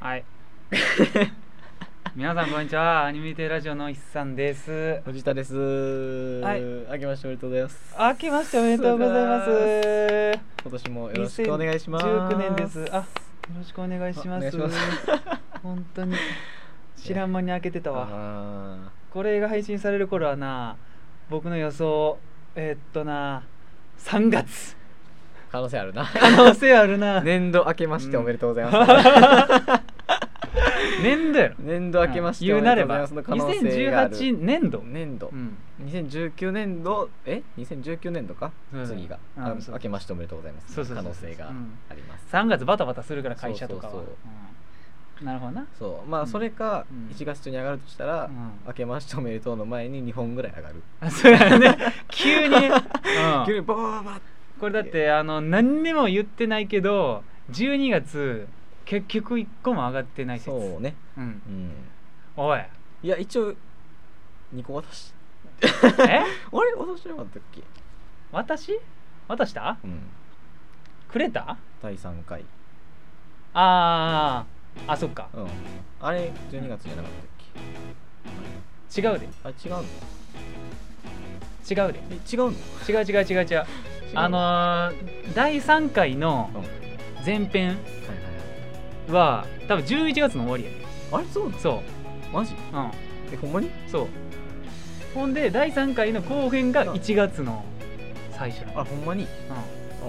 皆さんこんにちはアニメテラジオの一さんです藤田です。はい明けましておめでとうございます。明けましておめでとうございます今年もよろしくお願いします。 19年ですあよろしくお願いしますあお願いしま本当に知らん間に開けてたわあこれが配信される頃はな僕の予想えーっとな3月ー可能性あ るな。可能性あるな、年度明けましておめでとうございます。年度やろ年度明けまして言おうめなでとれうございばますの可能性がある。 2018年度、年度う。ん2019年度え2019年度か、うん次が、うんあそうそう明けましておめでとうございますそうそうそうそう可能性があります、 3月バタバタするから会社とかはそうそううんなるほどな、そうまあそれかうん1月中に上がるとしたら、うん明けましておめでとうの前に2本ぐらい上がる、あ そうやね急にね、うん 急にババババッこれだってあの何にも言ってないけど12月結局1個も上がってない説そうねうん、うんお いいや一応2個渡し えあれ渡してなかったっけ私渡したうんくれた第3回あーあそっかうんあれ12月じゃなかっ違たっうでけあれ違うの違うでえ違うの違う違う違う違う違うあのー第3回のうんはい前編はいはいは多分11月の終わりやねあれそうなのそマジううんえほんまにそうほんで第3回の後編が1月の最初なのあほんまにうあ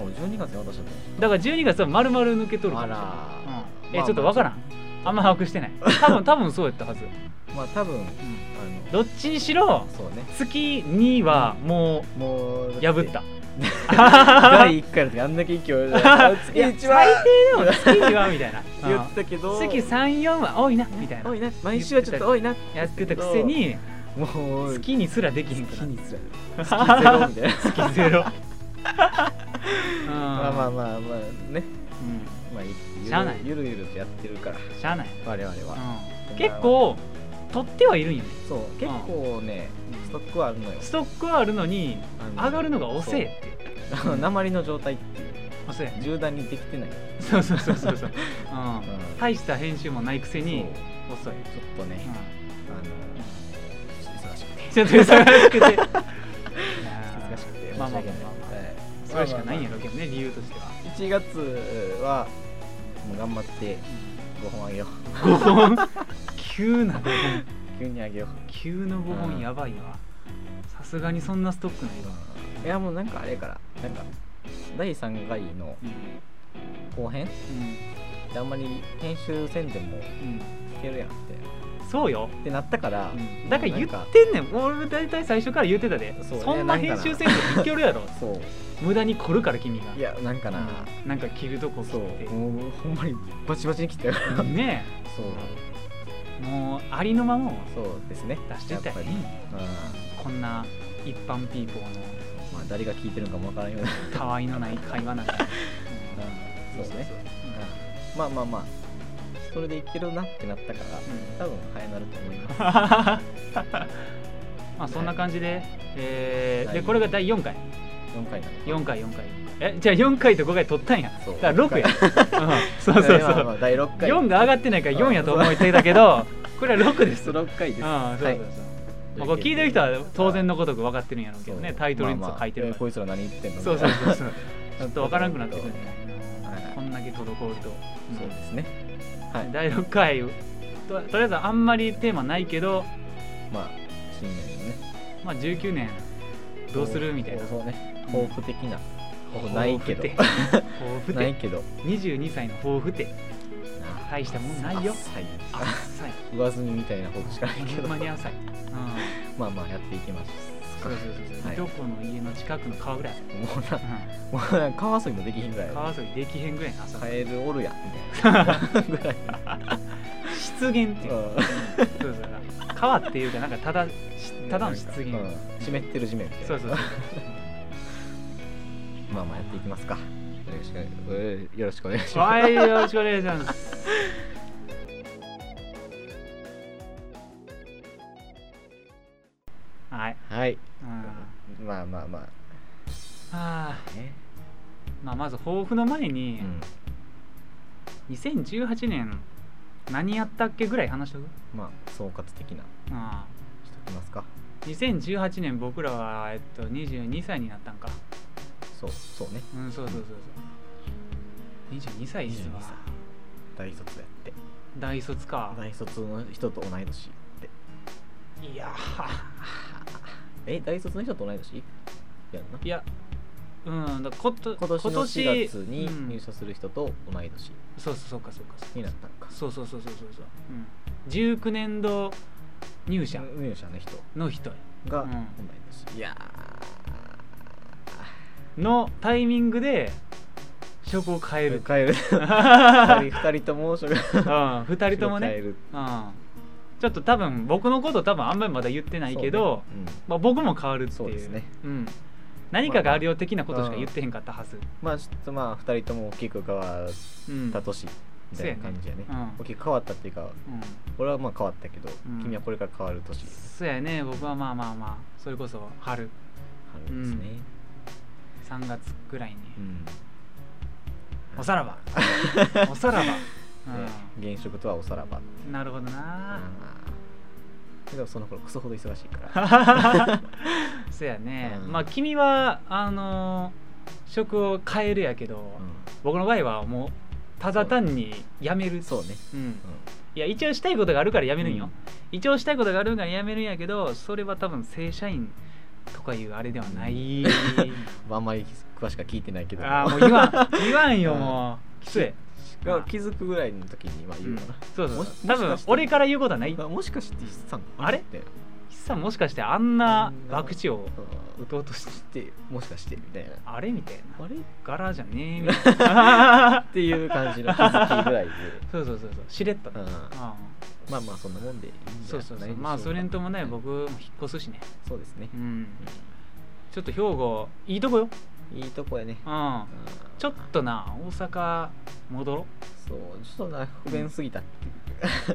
俺12月に渡したんだん、だから12月は丸々抜けとるかもしれないあうんらえちょっとわからんあんま把握 してない多分多分そうやったはず、まあ多分あのどっちにしろそうね月2はももうう破った第1回の時あんだけ勢いであ月1はでも月2はみたいな言ったけど月34は多いなみたいな多いな毎週はちょっと多いなやってたくせにもう月にすらできへんく月なるにすら 月ゼロみたいな月ゼ ロうんまあまあまあまあねうまあゆゆるしゃあないゆるゆるとやってるからんしゃあない、我々は、うん、結構取ってはいるんよねそう結構ねストックはあるのよストックはあるのにあ上がるのが遅いってそう 鉛の状態っていう遅い縦断にできてない、うん そうそうそうそうそう、うん、い大した編集もないくせに遅い、ちょっとね、あの忙しくてちょっと忙 しくて忙しくてまあまあまあまあ申し訳ないはいそれしかないんやろうけどね理由としては1月はもう頑張って5本あげよう5本 急な5本急にあげよう急の5う本んやばいわさすがにそんなストックないわ、いやもうなんかあれやからなんか第3回のうん後編ってあんまり編集せんでもういんけるやんってうん、そうよってなったから、うんだから言っもうなんてんねん俺も大体最初から言ってたでそうそんなえな編んかな集せんといけるやろそう無駄に凝るから君がいやなんかな、うんなんか切るとこ切そうっもうほんまにバチバチに来たよてね そうえもうありのままをそうですね出していったやっらぱいいり、うんこんな一般ピーポーのまあ、誰が聞いてるのかもわからんような、 たわいのない会話なんだ、うんそうね、うんまあまあまあそれでいけるなってなったから多分早なると思いますまあそんな感じで、えーはいでこれが第4回4回なの4回4回えじゃあ4回と5回取ったんやそうだから6や、うん そうそうまあまそあう第6回4が上がってないから4やと思ってたけ どこれは6ですそう6回ですああそうそうそう、まあ、こはれ聞いてる人は当然のごとく分かってるんやろうけどねタイトルにも書いてるまあまあえーかこら、いつら何言ってんのそうそうそう そうちちょっと分からなくなってくるんそだよはねいこんだけ滞ると、 うですねはい第6回ととりあえずあんまりテーマないけど、まあ新年のねまあ、19年どうするみたいなそうね抱負的なないけど 抱負ないてけど22歳の抱負って大したもんないよ浅いあっさい上積みみたいな抱負しかないけほどんまに浅い、うん、 まあまあやっていきますそうそうそうそう、はいどこの家の近くの川ぐらい浅い、もうなうもうな川遊びもできひんぐらいん、川遊びできへんぐらいの浅カさエルおるやみたい なぐらい湿原っていううんそうそう川っていうかなんかただしただの湿原、うん湿ってる地面みたいなそうそうそうまあまあやっていきますかよろしくよろしくお願いしますはい、よろしくお願いします。はい。はいうんまあまあまあーあねまあ、まず抱負の前にう、ん2018年何やったっけぐらい話しとくまあ総括的なあしときますかあ2018年僕らは、えっと、22歳になったんかそうそうねうんそうそうそうそう22歳ですわ22歳大卒やって大卒か大卒の人と同い年っていやえ大卒の人と同い年や んないやうんだこと今年の4月にうん入社する人と同い年そうそうそうかそうかそうになったんか、そうそうそうそうそうそう、うん、19年度入社入社の人の人やがう同んい年、いやのタイミングで職を変え帰る る帰る2 2人人とも職が人とも帰ね、るうん、ちょっと多分僕のこと多分あんまりまだ言ってないけど、そうねうんまあ、僕も変わるっていうそうですねうん、何かがあるよ的なことしか言ってへんかったはず、まあちょっとまあ2人とも大きく変わっうんた年みたいな感じやねそうやねうん大きく変わったっていうかうん、俺はまあ変わったけど、うん君はこれから変わる年そうやね僕はまあまあまあそれこそ春春ですね、 3月ぐらいに、うんおさら ばおさらば、ね現職とはおさらば、うん、なるほどな、でもその頃クソほど忙しいから そうやね、うんまあ君はあのー職を変えるやけど、僕の場合はもうただ単に辞めるそうね、うんう、んいや一応したいことがあるから辞めるんよ、うん一応したいことがあるから辞めるんやけどそれは多分正社員とかいうあれではない、まあ、あんまり詳しくは聞いてないけどああもう言わん言わんよもうきついが気づくぐらいの時にまあ言うかな、そうそうもし多もしか分して俺から言うことはないまあもしかして筆算あれって筆さんもしかしてあんな博打をうん打とうとししてもしかしてみたいなあれみたいなあれっ柄じゃねえみたい なていう感じの気づきぐらいで、そうそうそうそうしれっとうん、あまあまあそんなもんでいいんじそうゃないでしそうょうそかうまあそれに伴いはい僕も引っ越すしねそうですねう、んちょっと兵庫いいとこよいいとこやね、うんうんちょっとな大阪戻 ろそうちょっとな不便すぎた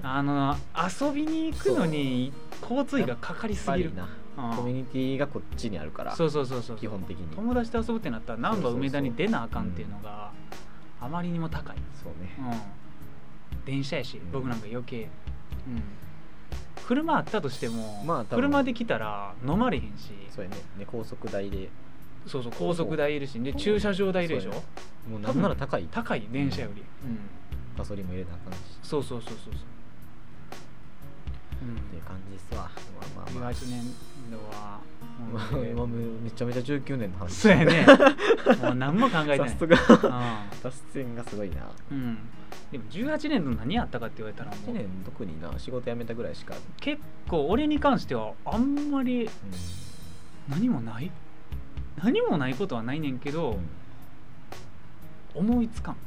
あの遊びに行くのに交通費がかかりすぎるやうっぱりんなコミュニティがこっちにあるからそうそうそうそう基本的に友達と遊ぶってなったら難波そうそうそう梅田に出なあかんっていうのがあまりにも高い、そうねうん、電車やしうん僕なんか余計、うん、車あったとしても、まあ多分車で来たら飲まれへんしそうやねね高速代でそうそう高速代いるしで駐車場代いるでしそうょもうなんなら高い高い電車より、うん、ガソリンも入れなあかんしそうそうそうそうそううっていんう感じですわまあまあまあ18年度は もまあう今めちゃめちゃ19年の話そうやねもう何も考えてな早い速う 脱線がすごいなんうん、でも18年度何やったかって言われたら1もう年特にな仕事辞めたぐらいしか、う結構俺に関してはあんまりん何もない何もないことはないねんけど、うん思いつかん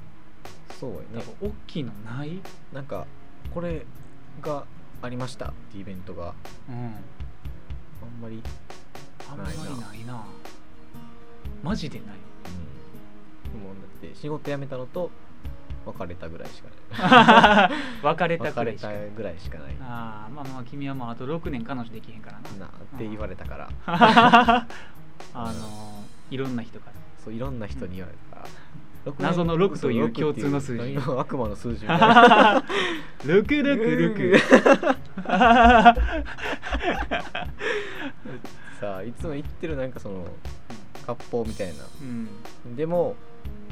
そうやだねから大きいのない、なんかこれがありましたっていうイベントがうん、あんまり、あんまないなりないなマジでない うん、もうだって仕事辞めたのと別れたぐらいしかない別れた別くられいしかたぐらいしかないなああまあまあ君はもうあと6年彼女できへんからなって言われたから あのいろんな人からそういろんな人に言われたから、六謎の六というそう六って共通の数字そう悪魔の数字みた いなルクルクルクさあいつも言ってるなんかその割烹みたいなうんでも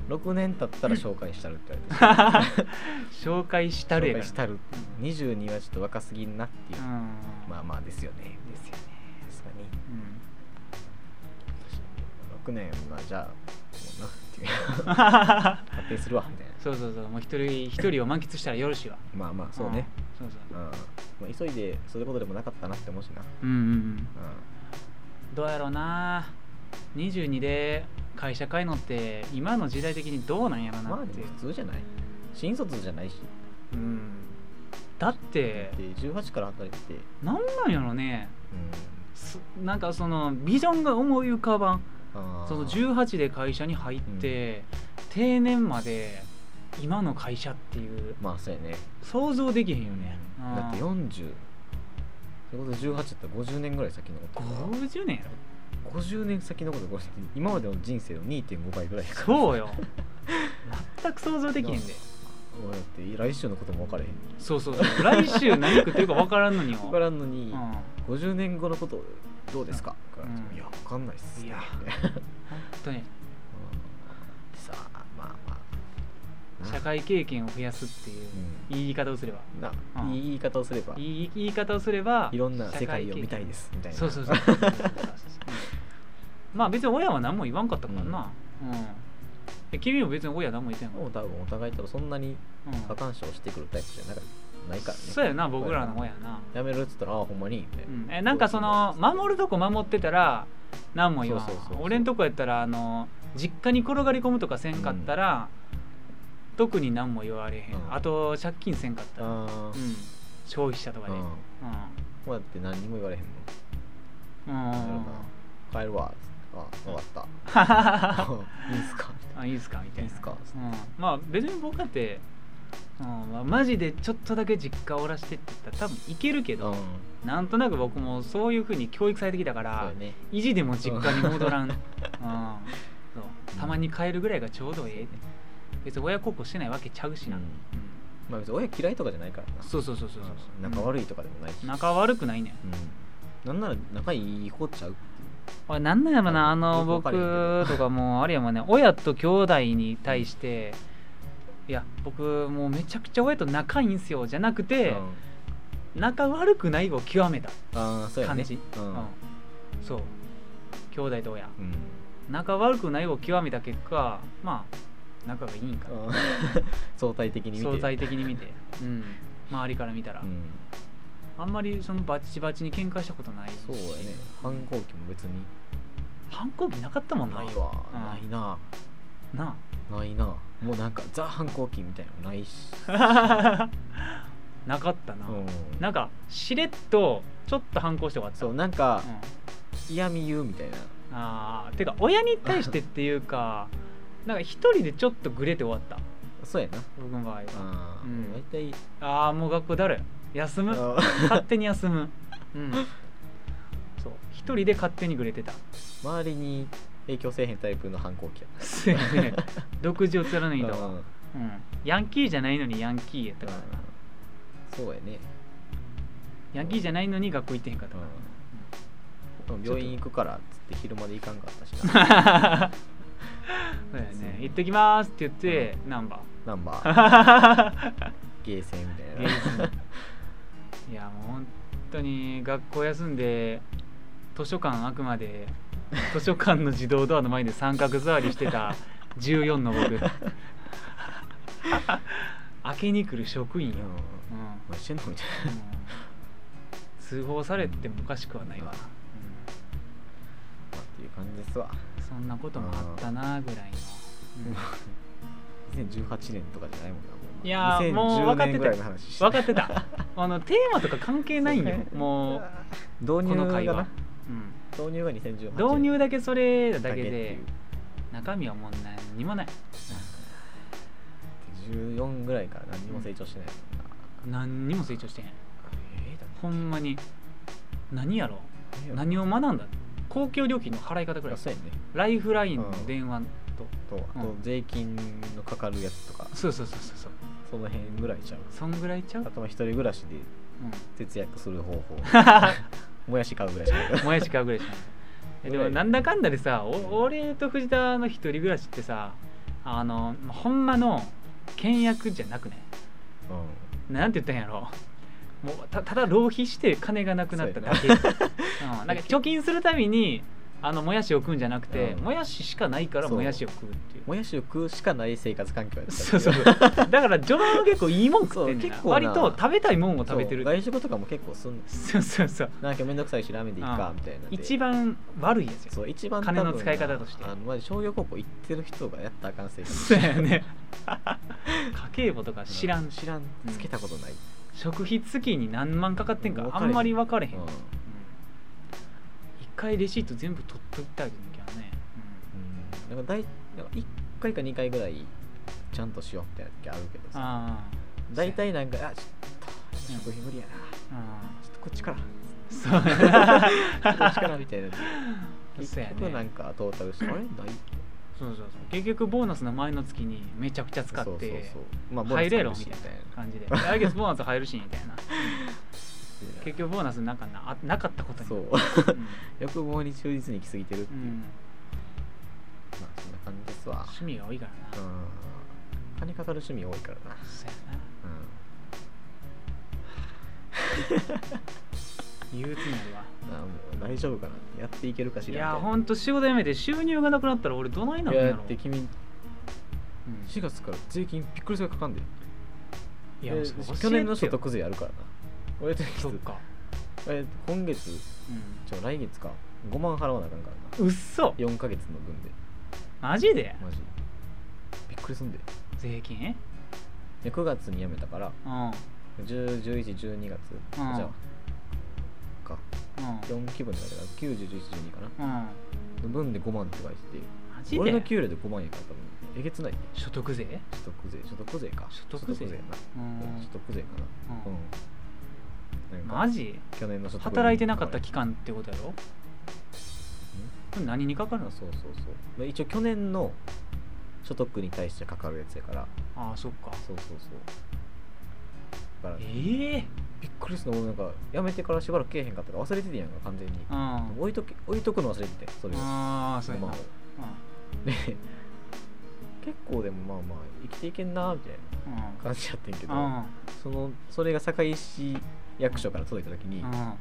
6年経ったら紹介したるって言われて 紹介したるや紹から介したるうん22はちょっと若すぎんなっていうう、んまあまあですよねですよねさすがにうん6年はじゃあもうなって いう発展するわみたいなそうそうそうもう一人一人を満喫したらよろしいわまあまあそうね、うんそううんそうまあ、急いでそういうことでもなかったなって思うしな、うんうんうんうどうやろうな22で会社変えのって今の時代的にどうなんやろん、なまあっでて、も普通じゃない新卒じゃないしうんだってで18から働いてて、うん、なんなんやろねすなんかそのビジョンが思い浮かばんあーその18で会社に入って、定年まで今の会社っていうまあそうやね想像できへんよね、うんだって40ってことで18だったら50年ぐらい先のことだから50年やろ50年先のこと50年今までの人生の2.5倍ぐらいやから そうよ全く想像できへんで俺だって来週のことも分からへんそうそうそう来週何食ってるか分からんのによ分からんのに、うん50年後のことどうですか、うんいや分かんないっす いやみたいな本当にうんさあまあまあな社会経験を増やすっていう言い方をすればうんなうんいい言い方をすれば言い言い方をすればいろんな世界を見たいですみたいなそうそう そうそうそうそうそううんまあ別に親は何も言わんかったからな、うんえ君も別に親何も言ってんものう多分お互い多分そんなに過干渉してくるタイプじゃなかないからねそうやな僕らの親やな、やめるっつったらああほんまにうん、えなんかその守るとこ守ってたら何も言わんそうそうそうそう俺んとこやったらあの実家に転がり込むとかせんかったら、特に何も言われへん、うんあと借金せんかったら、うん、あー消費者とかうでんこうやって何にも言われへんのうん、なうるんほど帰るわあ終わったいいっすか あいいですかみたいいないっすかうん、まあ別に僕だって、うんまあ、マジでちょっとだけ実家おらしてって言ったら多分いけるけうんそど、うなんとなく僕もそういうふうに教育されてきたからや、ね意地でも実家に戻らん、うん、そうたまに帰るぐらいがちょうどええって別に親孝行してないわけちゃうしな、ううんんまあ別に親嫌いとかじゃないからなそうそうそうそうそううん仲悪いとかでもないしうん仲悪くないねんうんなんなら仲いい方ちゃう俺なんなんやろなあのよくわか僕らへんけどとかもうあれやもんね親と兄弟に対していや僕もうめちゃくちゃ親と仲いいんすよじゃなくて、うん仲悪くないを極めたああそうや感ねじうんうんそう兄弟と親うん仲悪くないを極めた結果まあ仲がいいんかなうん相対的に見て相対的に見て、うん、周りから見たら、うんあんまりそのバチバチに喧嘩したことないそうやね反抗期も別に反抗期なかったもんなないわうんないなな ないなもうなんかザ反抗期みたいなのないしあなかったな、うんなんかしれっとちょっと反抗して終わったそうなんかうん嫌味言うみたいなあーてか親に対してっていうか なんか一人でちょっとグレて終わったそうやな僕の場合はあうーん大体ああもう学校だる休むあー勝手に休む うんそう一人で勝手にグレてた周りに影響せえへんタイプの反抗期やすごいね 独自を貫いたうわ、んうん、ヤンキーじゃないのにヤンキーやったからなそうやねヤンキーじゃないのに学校行ってへんかったからうん病院行くからっつって昼まで行かんかったしなそうやね行ってきますって言って、ナンバナンバーー ゲーセンみたいゲなーセ ンいやもう本当に学校休んで図書館あくまで図書館の自動ドアの前で三角座りしてた14の僕開けに来る職員よ、ううんん何してんのみたいなうん通報されてもおかしくはないわな、まあっていう感じですわうんそんなこともあったなぐらいの、うん2018年とかじゃないもんなもういやーもう2010分かってた年ぐらいの話して分かってたあのテーマとか関係ないんよもう導こ入のが会話な、うん導入が2018年導入だけそれだけっていでう中身はもう何にもない14ぐらいから何にも成長してないもんな何にも成長してへんえほんまに何やろーだって何を学んだ公共料金の払い方くらいあそうやねライフラインの電話と、とあとうん税金のかかるやつとかそうそうそうそうそうその辺ぐらいちゃうそんぐらいちゃうあ、とまあ一人暮らしでう節約する方法 もやし買うぐらいしかないん、もやし買うぐらいしかない えでもなんだかんだでさお俺と藤田の一人暮らしってさあのほんまの倹約じゃなくねうなんて言ったんやろもうたただ浪費して金がなくなっただけ、うん、なんか貯金するためにあのもやしを食うんじゃなくて、うんもやししかないからそうもやしを食うっていうんもやしを食うしかない生活環境やったそうそうそうだから序盤は結構いいもん食ってんねんなそう結構割なと食べたいもんを食べてそうる外食とかも結構すんのそうそうそうなんかめんどくさいしラーメンでいっかうんみたいな一番番悪いやつよそう一番金の多分使い方としてあのまあ商業高校行ってる人がやったらあかん生活そうや ね家計簿とか知らんし知らんうんつけたことない、食費月に何万かかってんか分かあれへんんまり分かれへん、うんうん一回レシート全部取っといたわけだけどね、なんか大なんか1回か2回ぐらいちゃんとしようってやる時あるけどうん、さああ大体なんかあちょっと食費無理やなうんちょっとこっ ちからそうやなこっちからみたいなそう結や局なんねかトータルしてあれないそうそうそう結局ボーナスの前の月にめちゃくちゃ使ってそうそうそうまあ入れろみたいボーナス入るしみたいなな感じで来月ボーナス入るしみたいな結局ボーナスなんかなあなかったことにそうう 欲望に忠実に来すぎてるってん、ういう、ん、まあそんな感じですわ趣味が多いからうな、ん金かかる趣味多いからなそうやなう憂鬱になるわんあもう大丈夫かなやっていけるかしいらやみたほんと仕事辞めて収入がなくなったら俺どないなるんいややろだって君うん4月から税金びっくりするかかんでいやでそれ教えて去よ年の所得税あるからな俺とそっか、え今月ちょ来月か5万払わなあかんからなうん、うっそ4ヶ月の分でマジでマジびっくりすんで税金で9月に辞めたからうんうん101112月、じゃあかう4規分だから901112かなんマの分で5万って書いてジて俺ので給料で5万やから多分えげつないね所得税う所得税所得税か所得税所やなうん所得税かなううんんなんかマジ去年の所得税働いてなかった期間ってことやろこれ何にかかるあのそうそうそうまあ一応去年の所得に対してかかるやつやからああそっかそうそうそうだからええびっくりするの俺なんかやめてからしばらくけえへんかったから忘れててんやんか完全にうん置いとけ置いとくの忘れててそれをああそうやまなあで結構でもまあまあ生きていけんなみたいうんな感じやってんけどうんそのそれが堺市役所から届いた時に うん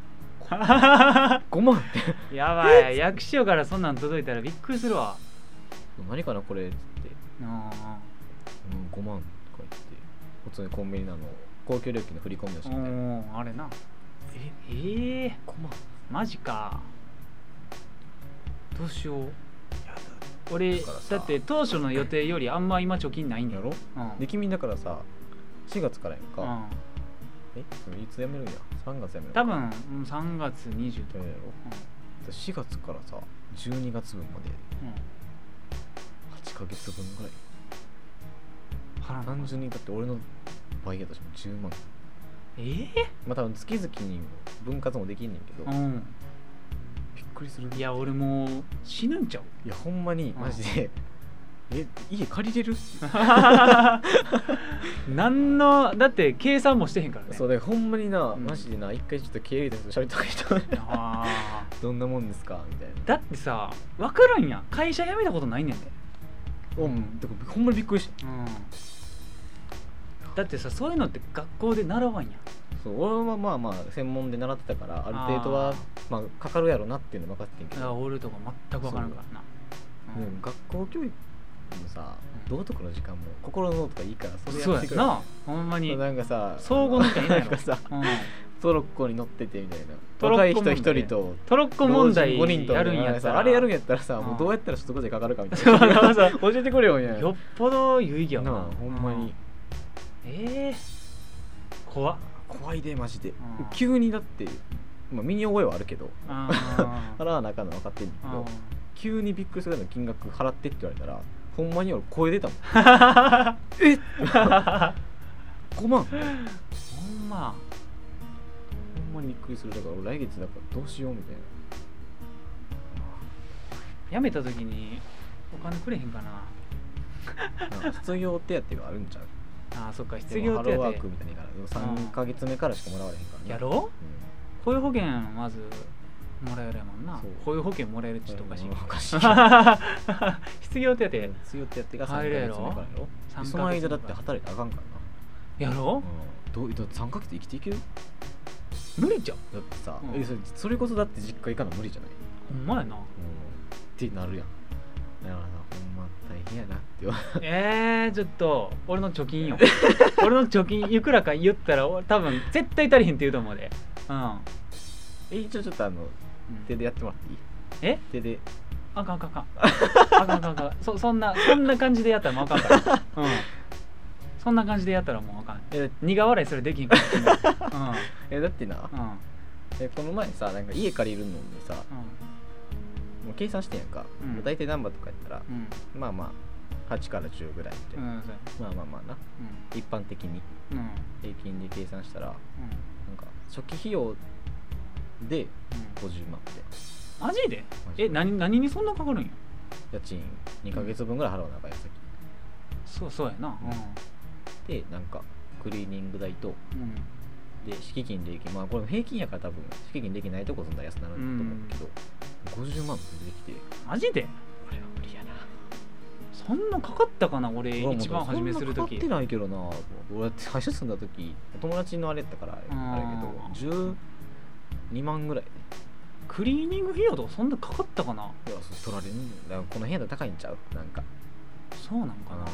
5万って やばい役所からそんなん届いたらびっくりするわ何かなこれっつってうんうん、5万とか言って普通にコンビニなの公共料金の振り込みをしてうみたいなんうんあれなえええ5万マジかどうしよう俺だからさだって当初の予定よりあんま今貯金ないんだやよろうんで君だからさ4月からやんうか、んえいつ辞めるんや3月辞める多分うん3月20と去か年やろ4月からさ12月分までうんう8ヶ月分ぐらいん払うの単純にだって俺の倍やとしても10万えまあ多分月々に分割もできんねんけど、えびうっんくりするいや俺もう死ぬん ちゃういやほんまにマジで、え家借りれる何のだって計算もしてへんからねそうだからほんまにな、うんマジでな一回ちょっと経営者と喋った方がい いと思うあどんなもんですかみたいなーだってさ分かるんや会社辞めたことないねんでううんん、だからほんまにびっくりしうんだってさそういうのって学校で習わんやたそう俺はまあまあ専門で習ってたからある程度はあーまあかかるやろなっていうの分かってんけだからど、俺とか全く分からんからなでうもん学校教育もさうん道徳の時間も心の脳とかいいからそれそうやっやてくんれなほんまに、、そううんなんかさ相互の時間いないなのんかさトロッコに乗っててみたいなトロッ若いコ問人題一人と トロッコ問題5人とやるんやったらあれやるんやったらさうんもうどうやったら所得税かかるかみたそういな そう教えてくれよみたいなよっぽど有意義やなあほんまにうんええ怖っ怖いでマジでん急にだってまあ身に覚えはあるけど あー払わなあかんの分かってんねんけあど急にびっくりするような金額払ってって言われたらほんまに俺声出たもんー 5万ほほんまんまにびっくりするだから俺来月だからどうしようみたいな辞めた時にお金くれへんかななんか失業手当があるん ちゃうあーそっか失業手でもハローワーク当みたいにからでもうん3ヶ月目からしかもらわれへんからねやろう雇用保険まずもらえるやもんなそう雇用保険もらえるってちょっとおかしい うんおかしい 失業手当ん失業手当が3ヶ入れや月目ろからやろ3ヶで月その間だって働いてあかんからやろな、うん、どうだって3ヶ月生きていける無理じゃんだってさ、うんえそれそれこそだって実家行かな無理じゃない、ほんまや なってなるやんだからさほんま大変やなって思 うえー、ちょっと俺の貯金よ俺の貯金いくらか言ったら俺多分絶対足りへんって言うと思うでうんうんえ一応ちょっとあの手でやってもらっていいえ手であかんあかんあかんあかんあかんあ かんそそんなそんな感じでやったらもうあかんからうんそんな感じでやったらもうあかんえ苦笑いすらできへんからえだってなうんうんえこの前さなんか家借りるのにさもう計算してんやんか、うんもう大体何番とかやったらうんうんまあまあ8から10ぐらいって、うんそうまあまあまあな一般的にうんうん平均で計算したらなんか初期費用でうん50万ってマジでえマジで何何にそんなかかるんや家賃2ヶ月分ぐらい払うなあかんよさっそうそうやなきでなんかクリーニング代とうん、うんで敷金礼金まあこれも平均やから多分敷金できないとこそんな安なると思うけど、50万出てきてマジでこれは無理やなそんなかかったかな俺一番初めするそんなかとかきってないけどな俺最初住んだ時お友達のあれやったからんあれやけど12万ぐらいクリーニング費用とかそんなかかったかないやそう取られんだからこの部屋で高いんちゃうなんかそうなんかなう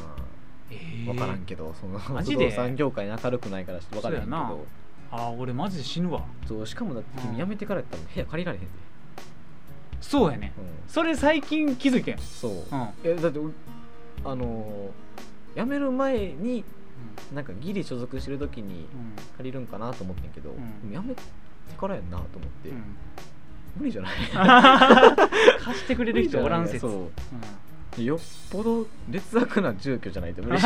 えんー分からんけどそのマ不ジで動産業界に明るくないからちょっと分からへんけそうやなどあー俺マジで死ぬわそうしかもだってうん君辞めてからやったら部屋借りられへんで、そうやねうん、それ最近気づけんそう、うんいやだってあのー辞める前になんかギリ所属してる時にうん借りるんかなと思ってんけど、うんでも辞めてからやんなと思って、うん無理じゃない貸してくれる人おらん説、無理じゃなういん、そうよっぽど劣悪な住居じゃない と無理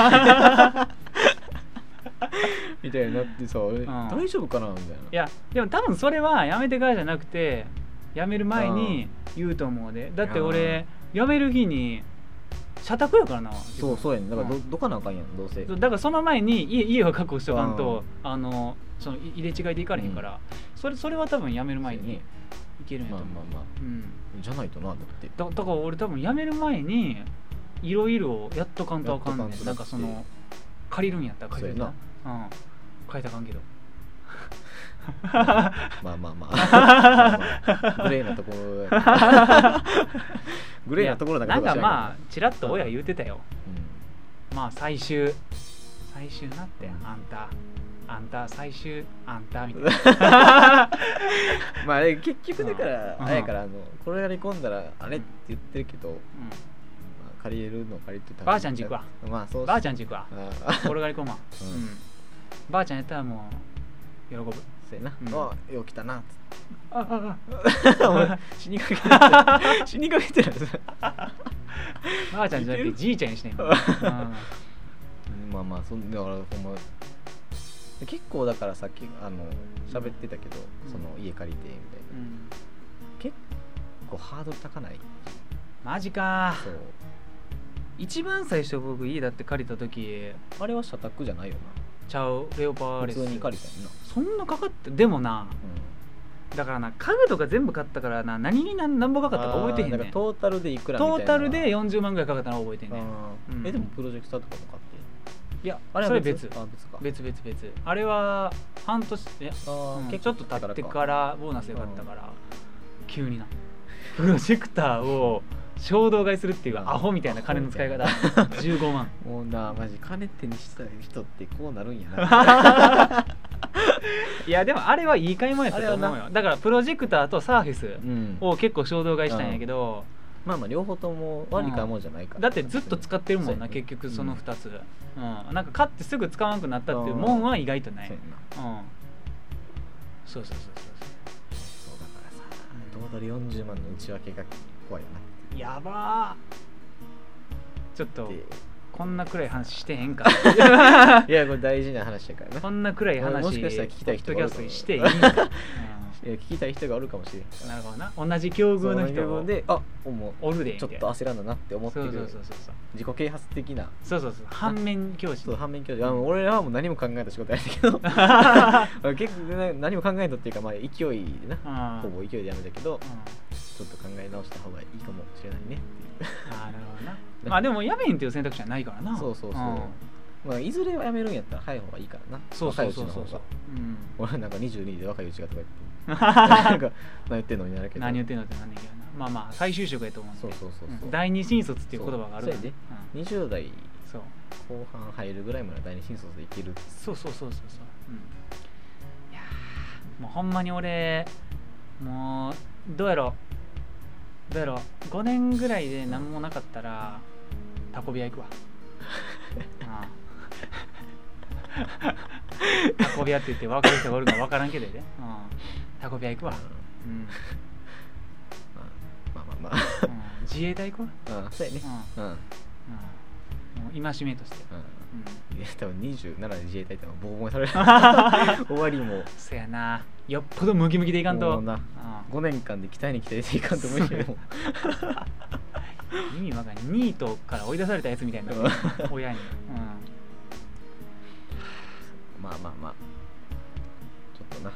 みたいになってさ、俺ん大丈夫かなみたいないやでも多分それは辞めてからじゃなくて辞める前に言うと思うでだって俺辞める日に社宅やからな自そ分うそうやねだからど,、うどかなあかんやんどうせそうだからその前に家家は確保しとかんとあのそのい入れ違いでいかれへんから、それそれは多分辞める前そうやにねいけるんやとまあ思う、まあまあうん、じゃないとなだってだだから俺多分辞める前にいろいろやっとかんとあかんやっとねかんんなとだんってかその借りるんやったら借りるそうやなうん変えたらあかんけどまあまあ まあまあまあグレーなところや なグレーなところだいやなんかまああちらっと親言うてたよまあ最終最終なってあんたあんた最終あんたみ たいなまあえ結局だからうんあれやからあのこれやり込んだらあれって言ってるけどうまあ借りれるの借りてたばあちゃんち行くわまあそうんばあちゃんち行くわああ俺が行こうまうんうんばあちゃんやったらもう 喜ぶそうやなうんあよう来た なっつっあああてお前死にかけて る死にかけてるばあちゃんじゃなくてじいちゃんにしてん のまあまあそんだからほんま結構だからさっきあの喋ってたけどうんその家借りてみたいなうんうん結構ハードル高ないマジかそう一番最初僕家だって借りた時あれは社宅じゃないよちゃうレオパなー普レス通に借りたよなそんなかかってでもなだからな家具とか全部買ったからな何に何何ぼかかったか覚えてへんねあーなんんかトトータルでいくらみたいなータルで40万ぐらいかかったの覚えてんねんあーうんえでもプロジェクターとかも買っていやあれそはれ別別あ別か別別別あれは半年えあーうん結ちょ構っと経ってだかららボーナスよかったから急 になプロジェクターを衝動買いするっていううんアホみたいな金の使い方 ア15万もうなマジ金手にした人ってこうなるんやないやでもあれはいい買い物やったと思あうれよだからプロジェクターとサーフェス うんを結構衝動買いしたんやけど、まあまあ両方とも悪い買い物じゃないからだってずっと使ってるもんなそうやね結局そのうん2つ、うんなんか買ってすぐ使わなくなったっていうもんは意外とない、そううんや、なそうそうそうそそうだからさトータル40万の内訳が怖いよなうやばーちょっっとていうこんな暗い話してへんか いやこれ大事な話だからなこんな暗い話もしかしたら聞きたい人ポがッおドキャストるかもにしていいんか、いや聞きたい人がおるかもしれうんんからなるほどな同じ境遇の人そも部分であもおるでみうちたょいっなと焦らんだなって思ってそうるそうそうそうそう自己啓発的なそうそうそう反面教師そう反面教師あの俺らはもう何も考えた仕事やねんけど結構ね何も考えたっていうかまあ勢いでなあほぼ勢いでやめたけどうんちょっと考え直した方がいいかもしれないねあーなるほどなまあでもやめへんっていう選択肢はないからなそうそうそう、んまあ、いずれはやめるんやったら早い方がいいからなそうそうそう若そいうちの方がうん俺なんか22で若いうちがとか言って なんか何言ってんのになるけど何言ってんのってなんだけどなまあまあ再就職やと思うんでそうそうそうそう、ん第二新卒っていう言葉があるからそうそうやでうん20代そう後半入るぐらいまで第二新卒でいけるそうそうそうそうそう、うん、いやーもうほんまに俺もうどうやろどうやろ5年ぐらいで何もなかったらタコ部屋行くわああタコ部屋って言って分かる人がおるか分からんけどやで、うん、タコ部屋行くわ、うんまあまあま あまあうん自衛隊行くわ、うんそうやねううんうんんうん、もう戒めとして、うん、いや多分27で自衛隊ってボコボコにされ る終わりもそやなよっぽどムキムキでいかんともうなうん5年間で鍛えに鍛えていかんと無理やもん意味わかんないニートから追い出されたやつみたいになってる親に、うまあまあまあちょっとな、んうん、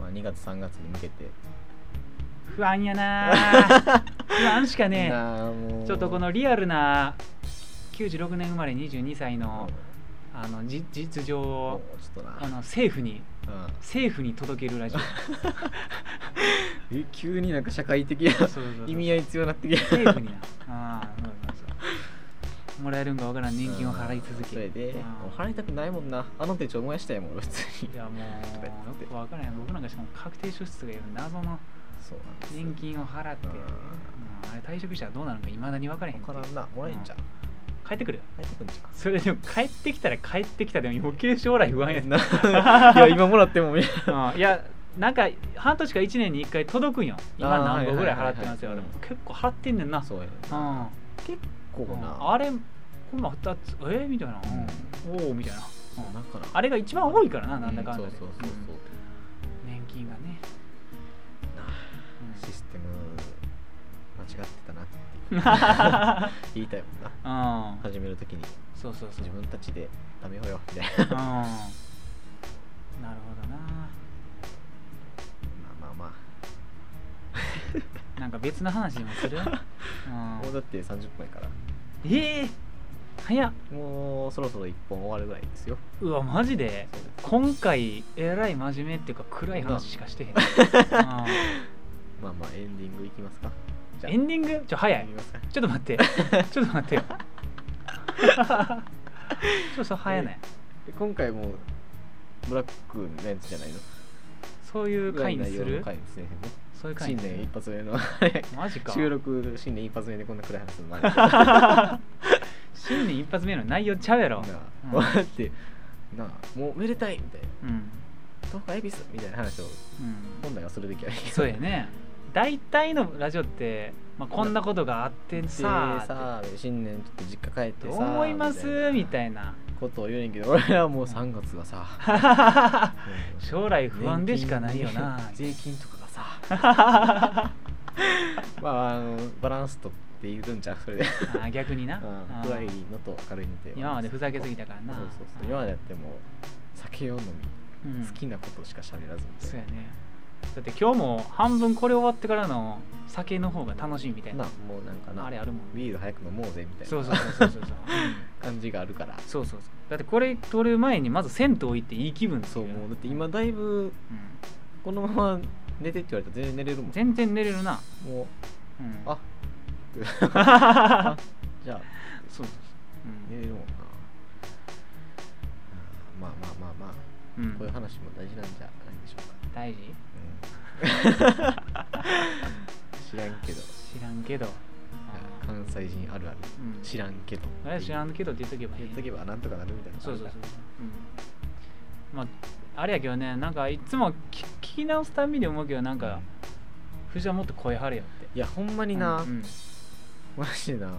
まあ、2月3月に向けて不安やな ー不安しかねなあもえうちょっとこのリアルな96年生まれ22歳のあのじ実情もをうちょっとあな、の政府にうん政府に届ける ラジオえ急になんか社会的なそうそうそう意味合い強なってきた政府になあーそうそうそうもらえるんかわからん年金を払い続それけであーもう払いたくないもんなあの手帳燃やしたいもん俺普通にいやもうよくわからない僕なんかしかも確定支出がいる謎のそうなんですよ年金を払って、うんうんあれ退職したらどうなるのかいまだに分からへんってわからんなもらえんじゃん帰ってくる入ってくんじゃんそれでも帰ってきたら帰ってきたでも余計将来不安やな、な いや今もらってもみたいうん、いやなんか半年か1年に1回届くんよ今あー何個ぐらい払ってますよではいはいはいはいも結構払ってんねんななそうやね うん結構うんなあれこんなん2つえー、みたいな、うんおおみたいな、うんだからあれが一番多いからななんだかんだうで、そうそうそううそうん年金がね、なあシステム間違ってたなって言いたいもんな うん、うん、始めるときにそうそうそう自分たちでダメよよみたいなうんなるほどなまあまあまなんか別の話でもする、うあんもうだって30分やからええ早っもうそろそろ1本終わるぐらいですようわマジでそうです今回えらい真面目っていうか暗い話しかしてへん、まあまあエンディングいきますかじうんゃあエンディングちょ早いいきますかちょっと待ってちょっと待ってよちょっと早ないで今回もブラックのやつじゃないのそういう回にす内容るの回ですねそういう回新にす年る一発目のマジか収録新年一発目でこんな暗い話するのあ れな新年一発目の内容ちゃうやろあうんこうやってなあもうめでたいみたいなうん、東海恵比寿みたいな話をうん、本来はするべきやねんけどそうやね大体のラジオって、まあ、こんなことがあってでさあさあ新年ちょっと実家帰ってどうさ思いますみたい なことを言うねんけど俺らはもう3月がさ もう将来不安でしかないよな税金とかがさ まああのバランスとって言うんじゃんそれ であ逆になうんあ暗いのと明るいので今までふざけすぎたからなそうそうそううん今までやってもう酒を飲うみん好きなことしか喋らずみたそういやねだって今日も半分これ終わってからの酒の方が楽しいみたいなななもうなんかなあれあるもんビール早く飲もうぜみたいなそうそうそうそうそうそう感じがあ るからそうそうそうだってこれ撮る前にまず銭湯行っていい気分ってそういうもうだって今だいぶうんこのまま寝てって言われたら全然寝れるもん全然寝れるなもううん ああじゃあそうそう寝れるもんなうんまあまあまあまあそううんこういう話も大事なんじゃないでしょうか、大事知うん知らんけどらんけどあー関西人あるあるうん知らんけどあれ知らんけどって言っとけばいい言っとけばなんとかなるみたいなそうそうそう、うん、まああれやけどねなんかいつも聞聞き直すたんびに思うけどなんか藤はもっと声張れよっていやほんまにな、うんうんマジでな、い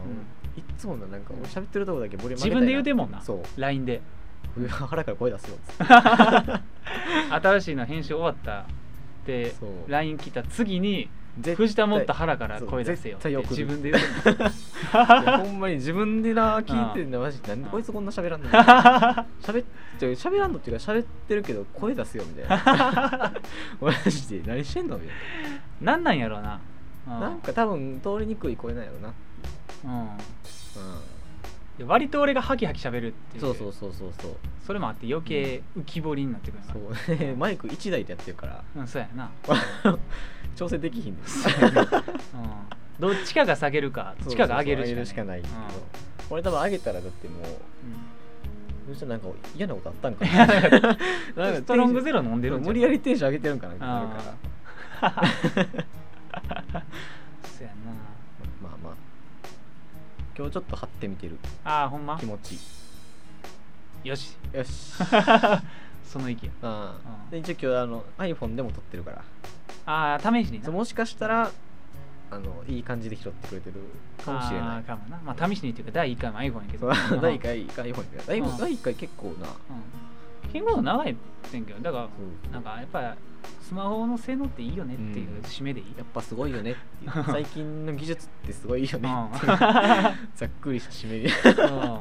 っつもななんか俺喋ってるとこだけボリューム自分で言うてんもんな そう LINE で冬は腹から声出すよつって 新しいの編集終わったでそう LINE 来た次に絶対藤田もっと腹から声出せよっそうて絶対自分送るで言うてんの いやほんまに自分でな聞いてんだマジでなんでこいつこんな喋らんの喋っちゃう喋らんのっていうか喋ってるけど声出すよみたいな マジで何してんのみたい なんなんやろうなうなんなんか多分通りにくい声なんやろな、うんうで割と俺がハキハキ喋るっていん、うそうそうそうそうそうそれもあって余計浮き彫りになってくるなそう ねマイク1台でやってるからうんそうやな調整で きひんですうんどっちかが下げるかどっちかが上げるしかないしかないんだけど、俺多分上げたらだってもうそしたらなんか嫌なことあったんかなうんなんかストロングゼロ飲んでるんじゃん無理や りテンション上げてるんかなみたいなあるからあそうやまあまあ今日ちょっと張ってみてるなあーほんま気持ちよし よしその息やああうんで一応今日あの iPhone でも撮ってるからああ試しになそうもしかしたらあのいい感じで拾ってくれてるかもしれなあいーかもなまあ試しにっていうか第1回も iPhone やけそどう第1うん回 iPhone で第うん1回結構なうん結構長いってんけどだからなんかやっぱスマホの性能っていいよねっていううん締めでいい、やっぱすごいよねっていう最近の技術ってすごいようねんっていう ざっくりした締め で、うん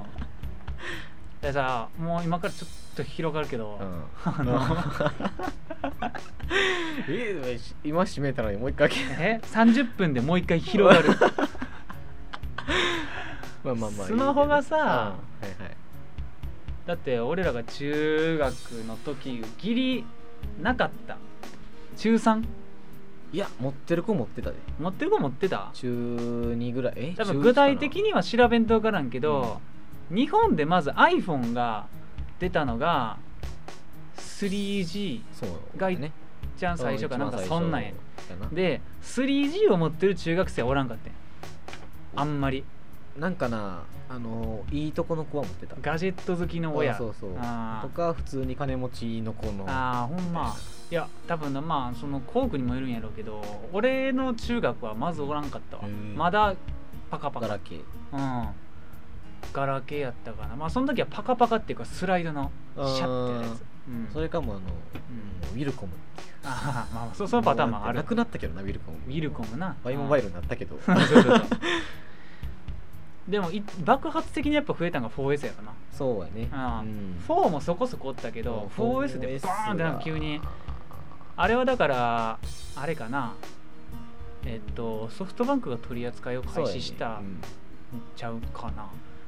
でさもう今からちょっと広がるけど、あの えでもし今締めたのにもう一回開けえ30分でもう一回広がるまあまあまあスマホがさいいけどうんはいはいだって俺らが中学の時ギリなかった中 3? いや持ってる子持ってたで持ってる子持ってた中2ぐらいえ多分中具一かな体的には調べんと分からんけど、日本でまず iPhone が出たのが 3G そうがねじゃん最初かなんか一番最初そんなんややなで 3G を持ってる中学生はおらんかってんあんまりなんかなあのいいとこの子は持ってたガジェット好きの親そうそうそうあとーか普通に金持ちの子のあーほんまいや多分なまあその校区にもよるんやろうけど俺の中学はまずおらんかったわへーまだパカパカガラケーうんガラケーやったかなまあその時はパカパカっていうかスライドのシャッてやるやつ、うん、それかもあの、んウィルコムああまあまあそそのパターンもあるなくなったけどなウィルコムウィルコムなバイモバイルになったけどうん そうそうそうでもい爆発的にやっぱ増えたのが 4S やかなそうやねあーうん4もそこそこおったけど 4S でバーンってなんか急にあれはだからあれかなえっとソフトバンクが取り扱いを開始したんちゃうかな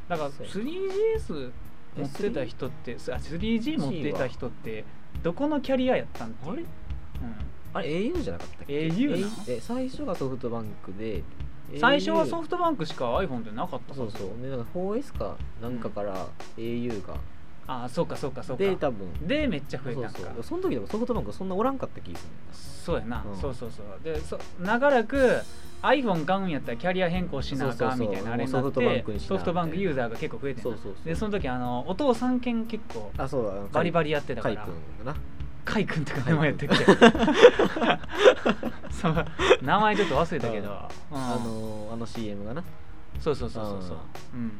だからそう 3GS 持ってた人ってあ 3G 持ってた人ってどこのキャリアやったんってあれ、うん、あれ au じゃなかったっけ au なえ最初がソフトバンクで最初はソフフトバンクしか iPhone ってなかったそうそうでなんか 4S かなんかから au が、ああそうかそうかそうかで多分でめっちゃ増そうえたんかそうその時でもソフトバンクそんなおらんかった気がするそうやな、うんそうそうそうでそ長らく iPhone 買うんやったらキャリア変更しなあかんそうそうそうみたいなあれになもっうソフトバンてクにしなソフトバンクユーザーが結構増えてんなそうそうそうでその時あのお父さん犬結構あそうだバリバリリやってたかカイら君がなカイ君とか名前やってて そう名前ちょっと忘れたけど、うんあのあの CM がなそうそうそうそうそう、うん、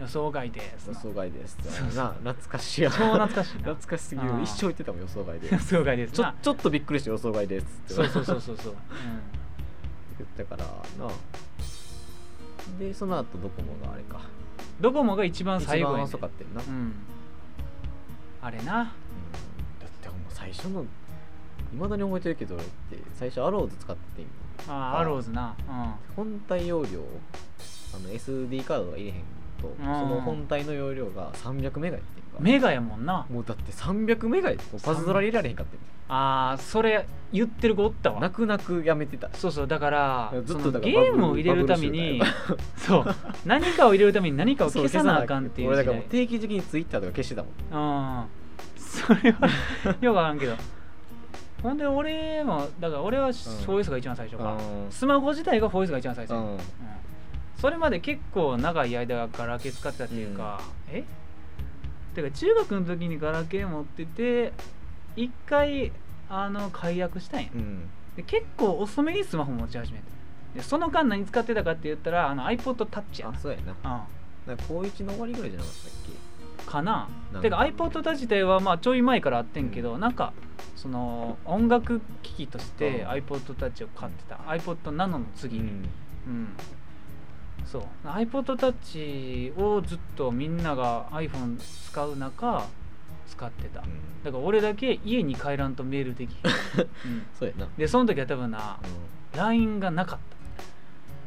予想外です予想外ですそうそうな懐かしいや超懐かしいな 懐かしすぎるうん一生言ってたもん予想外で 予想外ですちょなちょっとびっくりして予想外ですってそうそうそうそうそう、うん言ったからなでその後ドコモがあれかドコモが一番最一後や番ね遅かったよな、ううんだん、あれなってほんま最初のいまだに覚えてるけど俺って最初アローズ使ってんのあーあアローズな本体容量あの SD カードが入れへんとその本体の容量が300メガやってんうかんメガやもんなもうだって300メガやでもうパズドラ入れられへんかってあーそれ言ってる子おったわ泣く泣くやめてたそうそうだからずっとそのだからゲームを入れるためにバ そう何かを入れるために何かを消さなあかんっていう俺時だか代らもう定期的にツイッターとか消してたもんうんそれは よくわからんけどほんで俺もだから俺は 4S が一番最初か、スマホ自体が 4S が一番最初や、うんそれまで結構長い間ガラケー使ってたっていうか、えてか中学の時にガラケー持ってて一回あの解約したんや、うんで結構遅めにスマホ持ち始めてでその間何使ってたかって言ったらあの iPodTouch やあそうやなな、なんか高一の終わりぐらいじゃなかったっけうん、かななんてか iPodTouch 自体はまあちょい前からあってんけど、なんかその音楽機器としてうん iPodTouch を買ってた、iPodNano の次に、うん、そう iPodTouch をずっとみんなが iPhone 使う中使ってただから俺だけ家に帰らんとメールでき へん、うんそうやな、でその時は多分な LINE がなかっ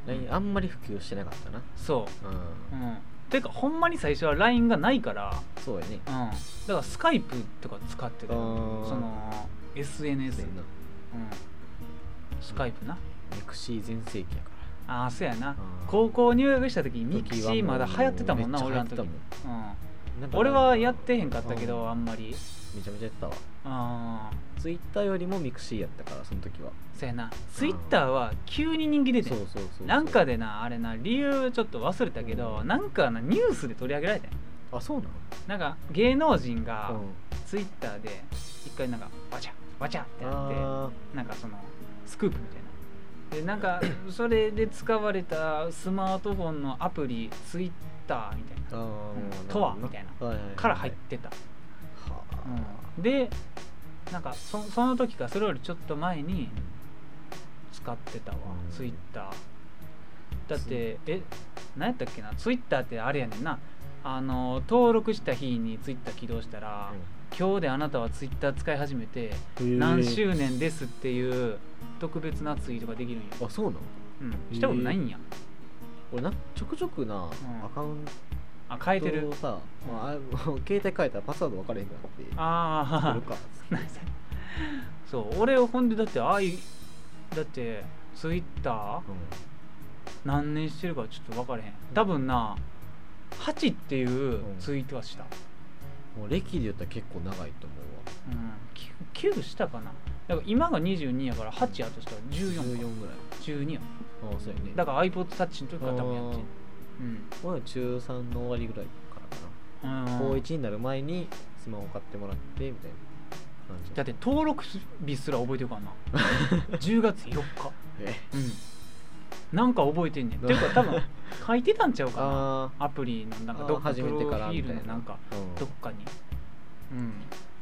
うん、LINE あんまり普及してなかったな、、たそうう、うんん、てかほんまに最初は LINE がないから、そうやねうん、だからスカイプとか使ってたよあーその SNS、そううやんな、スカイプなミクシー全盛期やかああそうやなら高校入学した時にミ時はクシーまだ流行ってたもんなう俺らのめ時っちゃ流行うってたんもんなんか俺はやってへんかったけど、うんあんまりめちゃめちゃやってたわああツイッターよりもミクシーやったからその時はそやなツイッターは急に人気出てんそうそうそうなんかでなあれな理由ちょっと忘れたけど、うんなんかなニュースで取り上げられてんあそうななんか芸能人がのツイッターで一回なんかわちゃわちゃってうんやあってなんかそのスクープみたいなでなん かそれで使われたスマートフォンのアプリツイッターみたいなーあうんとはみたいなから入ってた、はうんでなんかそその時かそれよりちょっと前に使ってたわ、うんツイッターだってえ何やったっけなツイッターってあれやねんなあの登録した日にツイッター起動したら、今日であなたはツイッター使い始めてうん何周年ですっていう特別なツイートができるんや、あそうなのうん、したことないんや、俺なちょくちょくな、んアカウントあ変えてるをさ、まああ、携帯変えたらパスワード分からへんからってあ送あ るかそう俺ほんでだってああいうだってツイッター何年してるかちょっと分からへん多分な「8」っていうツイートはした、うん、もう歴で言ったら結構長いと思うん、9, したかなだから今が22やから8やとしたらうわ14かぐらい12やああそうやねだかから iPodTouch の時から多分やってる俺は中3の終わりぐらいからかうん、な、う高ん、 1になる前にスマホ買ってもらってみたいな感じだって登録日すら覚えてる からな10月4日えうんなんか覚えてんねんっていうか多 分書いてたんちゃうかなあアプリのなんかどっあかープ始ロめフィてからールのなんかあ、うん、どっかにうん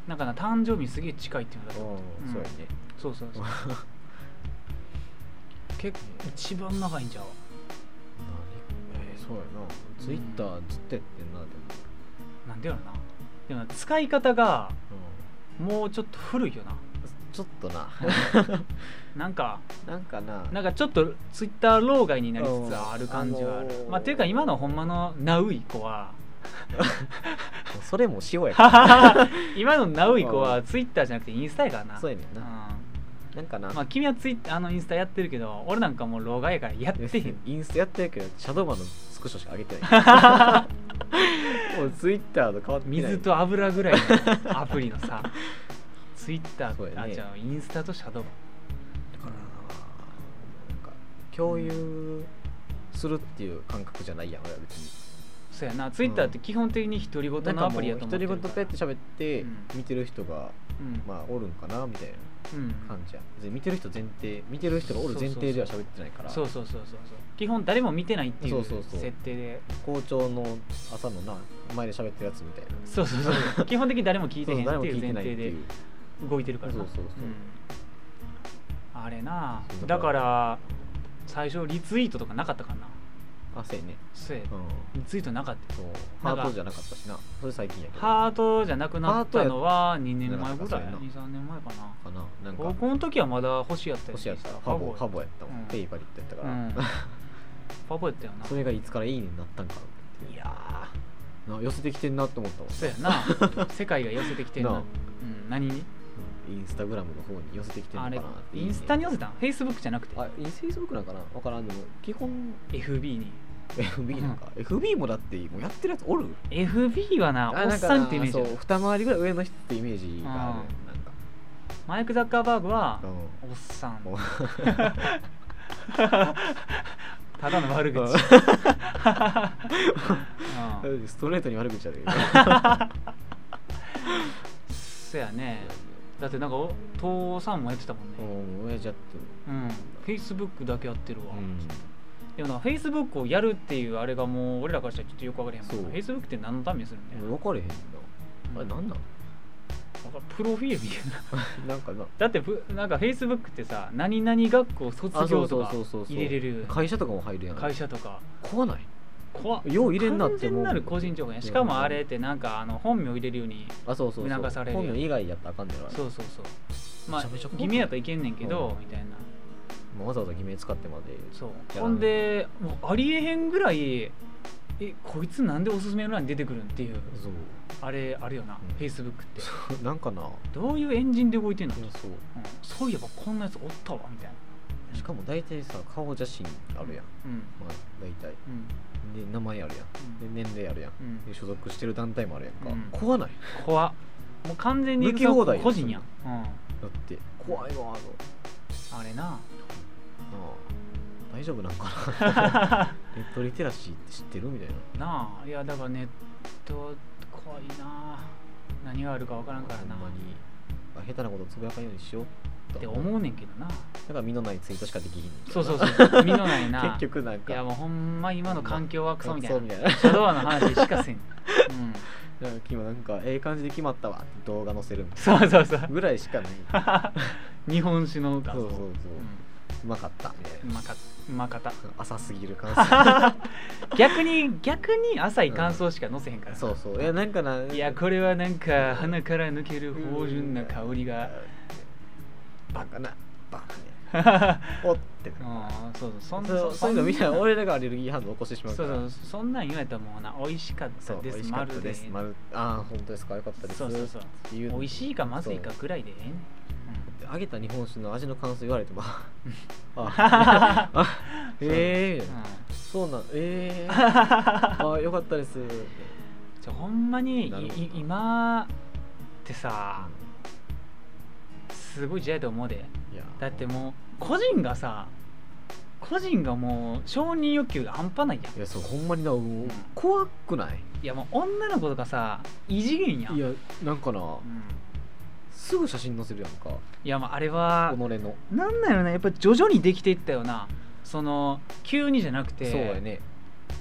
なんかな誕生日すげえ近いっていうのだうとん思ったそうやんねそうそうそう結構一番長いんちゃう何えー、そうやなツイッターずっとやってんなでも、なんでやろなでもな使い方がもうちょっと古いよなうん、ちょっと ななんかなんかななんかちょっとツイッター老害になりつつある感じはあるうんあのーまあっていうか今のほんまのナウイ子はそれも塩やか今のナウイ子はツイッターじゃなくてインスタやからならそうやねんうな、んなんかな、まあ君はツイあのインスタやってるけど俺なんかもう老害やからや ってへんインスタやってるけどシャドーバンのスクショしか上げてない もうツイッターと変わってない水と油ぐらいのアプリの さツイッターそうと、やあねじゃあインスタとシャドウだからなんか共有するっていう感覚じゃないやん俺は別にそうやなツイッターって基本的に独り言なんのかアもプうリや独と思ってるり言かペらッて喋ってうん見てる人がうんまあおるんかなみたいなうん感じや別に見てる人前提見てる人がおる前提では喋ってないからそうそうそうそうそう基本誰も見てないっていうそうそうそう設定で校長の朝のな前で喋ってるやつみたいなそうそうそう基本的に誰も聞いてへんそう誰っもてい聞いうて前ないって提でいう動いてるからなそうそうそううんあれなそうだだかからら最初リツイートとかなかったからなあそうやねそうやうんリツイートなかったそうなハんかートじゃなかったしなそれ最近やけどハートじゃなくなったのは2年前ハーぐトらやいな23年前かなかななん高か校の時はまだ星やったよ星やったフファァボボファボやったもん、うんペイパリってやったかうら、ん ファボやったよなそれがいつからいいねになったんかいやな寄せてきてんなって思ったもんーそうや な世界が寄せてきてるななあうん何にインスタグラムの方に寄せてきてんのあかれなっていいイねンスタに寄せたんフェイスブックじゃなくてあインスタ Facebook なんかなわからんでも基 本 FB に FB なんか、FB もだってもうやってるやつおる FB はなおっなんかさんってイメージそやう二回りぐらい上の人ってイメージがあるうなんかマイク・ザッカーバーグはうんおっさんもう ただの悪口 うんうんストレートに悪口やでそそやねだってなんかお父さんもやってたもんねうん親父やってるうん、フェイスブックだけやってるわ、うんでもなフェイスブックをやるっていうあれがもう俺らからしたらちょっとよく分からへんもんそうフェイスブックって何のためにするんだよ、分かれへんなあうれんなんなんだからプロフィールみたいななんかなだってプなんかフェイスブックってさ何々学校卒業とか入れれる会社とかも入るやん会社とか怖ない怖っよう入れんな完って全思うなる個人情報やしかもあれってなんかあの本名入れるようにあそうそうそう促されるやん本名以外やったらあかんねんろあれそうそうそうまあめちゃめちゃ怖い偽名やったらいけんねんけどうみたいなもうわざわざ偽名使ってまでそうやらんほんでもうありえへんぐらいえこいつなんでおすすめの欄に出てくるんっていうそう あれあるよな、うんフェイスブックってそうなんかないどういうエンジンで動いてんの、うんやそうそういえばこんなやつおったわみたいなしかも大体さ顔写真あるやん、うんまあ、大体うんで名前あるやうんんで年齢あるやんうんで所属してる団体もあるやんか、うん怖ない怖っもう完全に抜き放題やん個人やん、うん、だって怖いわあのあれななあ大丈夫なんかなな ネットリテラシーって知ってるみたいなあいやだからネット怖いな何があるか分からんからなほんまにあ下手なことつぶやかんようにしようとて思うねんけどなだから身のないツイートしかできひんそう そうそう身のないな結局なんいかやもうほんま今の環境はクソみたいそうなみたいなシャドアの話しかせん、うん、だから今なんかええ感じで決まったわって動画載せるそうそう そうぐらい しかない日本酒の歌そうそうそうううまかったみたいんうなまかっうまかった浅すぎる 感想逆に逆に浅い感想しか載せへんからな、そうそういやなんかないやこれはなんか鼻から抜ける芳醇な香りがバカなバカね うおってなんそうそうそんそうそういうのみんな俺らがアレルギー反応起こしてしまうかそうらそうそんなん言われたらもうな美味しかったそうで美味すしかったですままるるああ本当ですかよかったでですそうそうそうっていう美の味しいかまずいかぐらいでええねん揚げた日本酒の味の感想言われても あ ああえうえんそうなんええうん あよかったですちょほんまにいなるほどい今ってさすごい時代やと思うでいやだってもう個人がさ個人がもう承認欲求が半端ないやんいやそうほんまになもうん怖くないいやもう女の子とかさ異次元やんいやなんかなうんすぐ写真載せるやんかいやもうあれは己のなんなのねやっぱ徐々にできていったよなその急にじゃなくてそうやね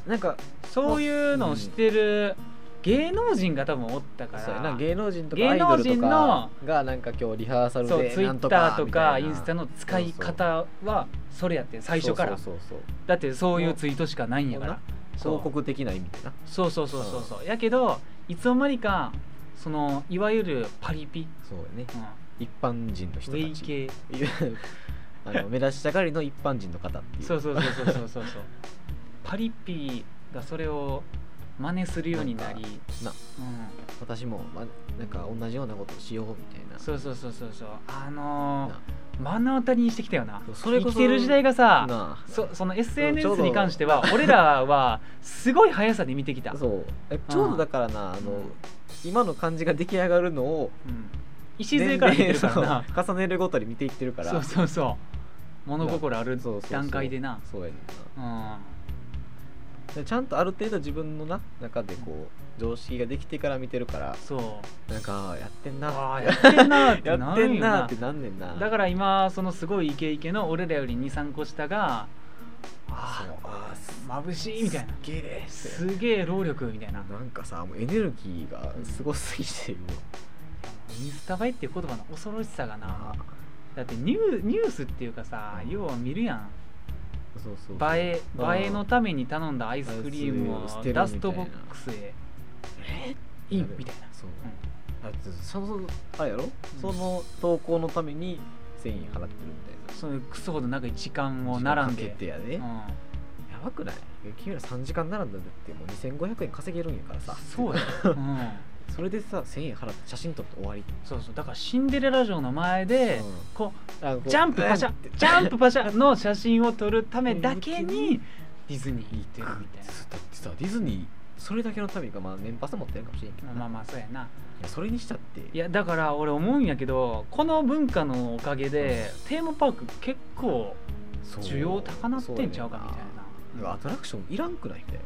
なんかそういうのをしてる芸能人が多分おったかそうやら、な芸能人とかアイドルと芸能人かのがなんか今日リハーサルそうでツイなんッとタかーとみかたいイなンスタの使い方はそれやってん最初からそうそうそうだってそういうツイートしかないんやからそうそう広告的な意味でなそうそうそうそうそうやけどいつの間にかそのいわゆるパリピ、そうやねうん一般人の人ウたェイち系あの目立ちたがりの一般人の方っていうそうそうそうそうそうそうそ うパリピがそれを真似するようになりなんなう、私も、ま、なんか同じようなことしようみたいなんそうそうそうそうそうあのなー目の当たりにしてきたよなそれこそ生きてる時代がさなあそそのちょう SNS どに関して は俺らはすごい速さで見てきた、うそうえちょうどだからなあの、今の感じが出来上がるのをん、礎から見てるからな年齢そう重ねるごとに見ていってるからそうそうそう物心あるそうそうそう段階でなそうやねんなうんでちゃんとある程度自分のな中でこう常識ができてから見てるからそうなんかやってんなああやってんなーってやなっるてんんよななってなんねんなだから今そのすごいイケイケの俺らより23個下がそあうああーす眩しいみたいなすっげえすげえ労力みたいななんかさもうエネルギーがすごすぎてもうインスタ映えっていう言葉の恐ろしさがなあだってニューニュースっていうかさうん要は見るやんそうそう映えうん映えのために頼んだアイスクリームアイス捨をてるみたいダなストボックスへえいいみたいなそう、だってそのあれやろ、その投稿のために1000円払ってるみたいなそのクソほど長い時間を並んかけでてやで、うんやばくない君ら3時間並んだんだってもう2500円稼げるんやからさそうやうんそれでさ1000円払って写真撮って終わりそうそうだからシンデレラ城の前でうんこあこううジャンプパシうャんってジ ャンプパシャの写真を撮るためだけにディズニー行ってるみたいだってさディズニーそれだけのためにかまあ年パス持ってるかもしれんけどななまあまあそうやないやそれにしたっていやだから俺思うんやけどこの文化のおかげでテーマパーク結構そう需要高なってんちゃうかみたいそうやねんなアトラクションいらんくないみたいな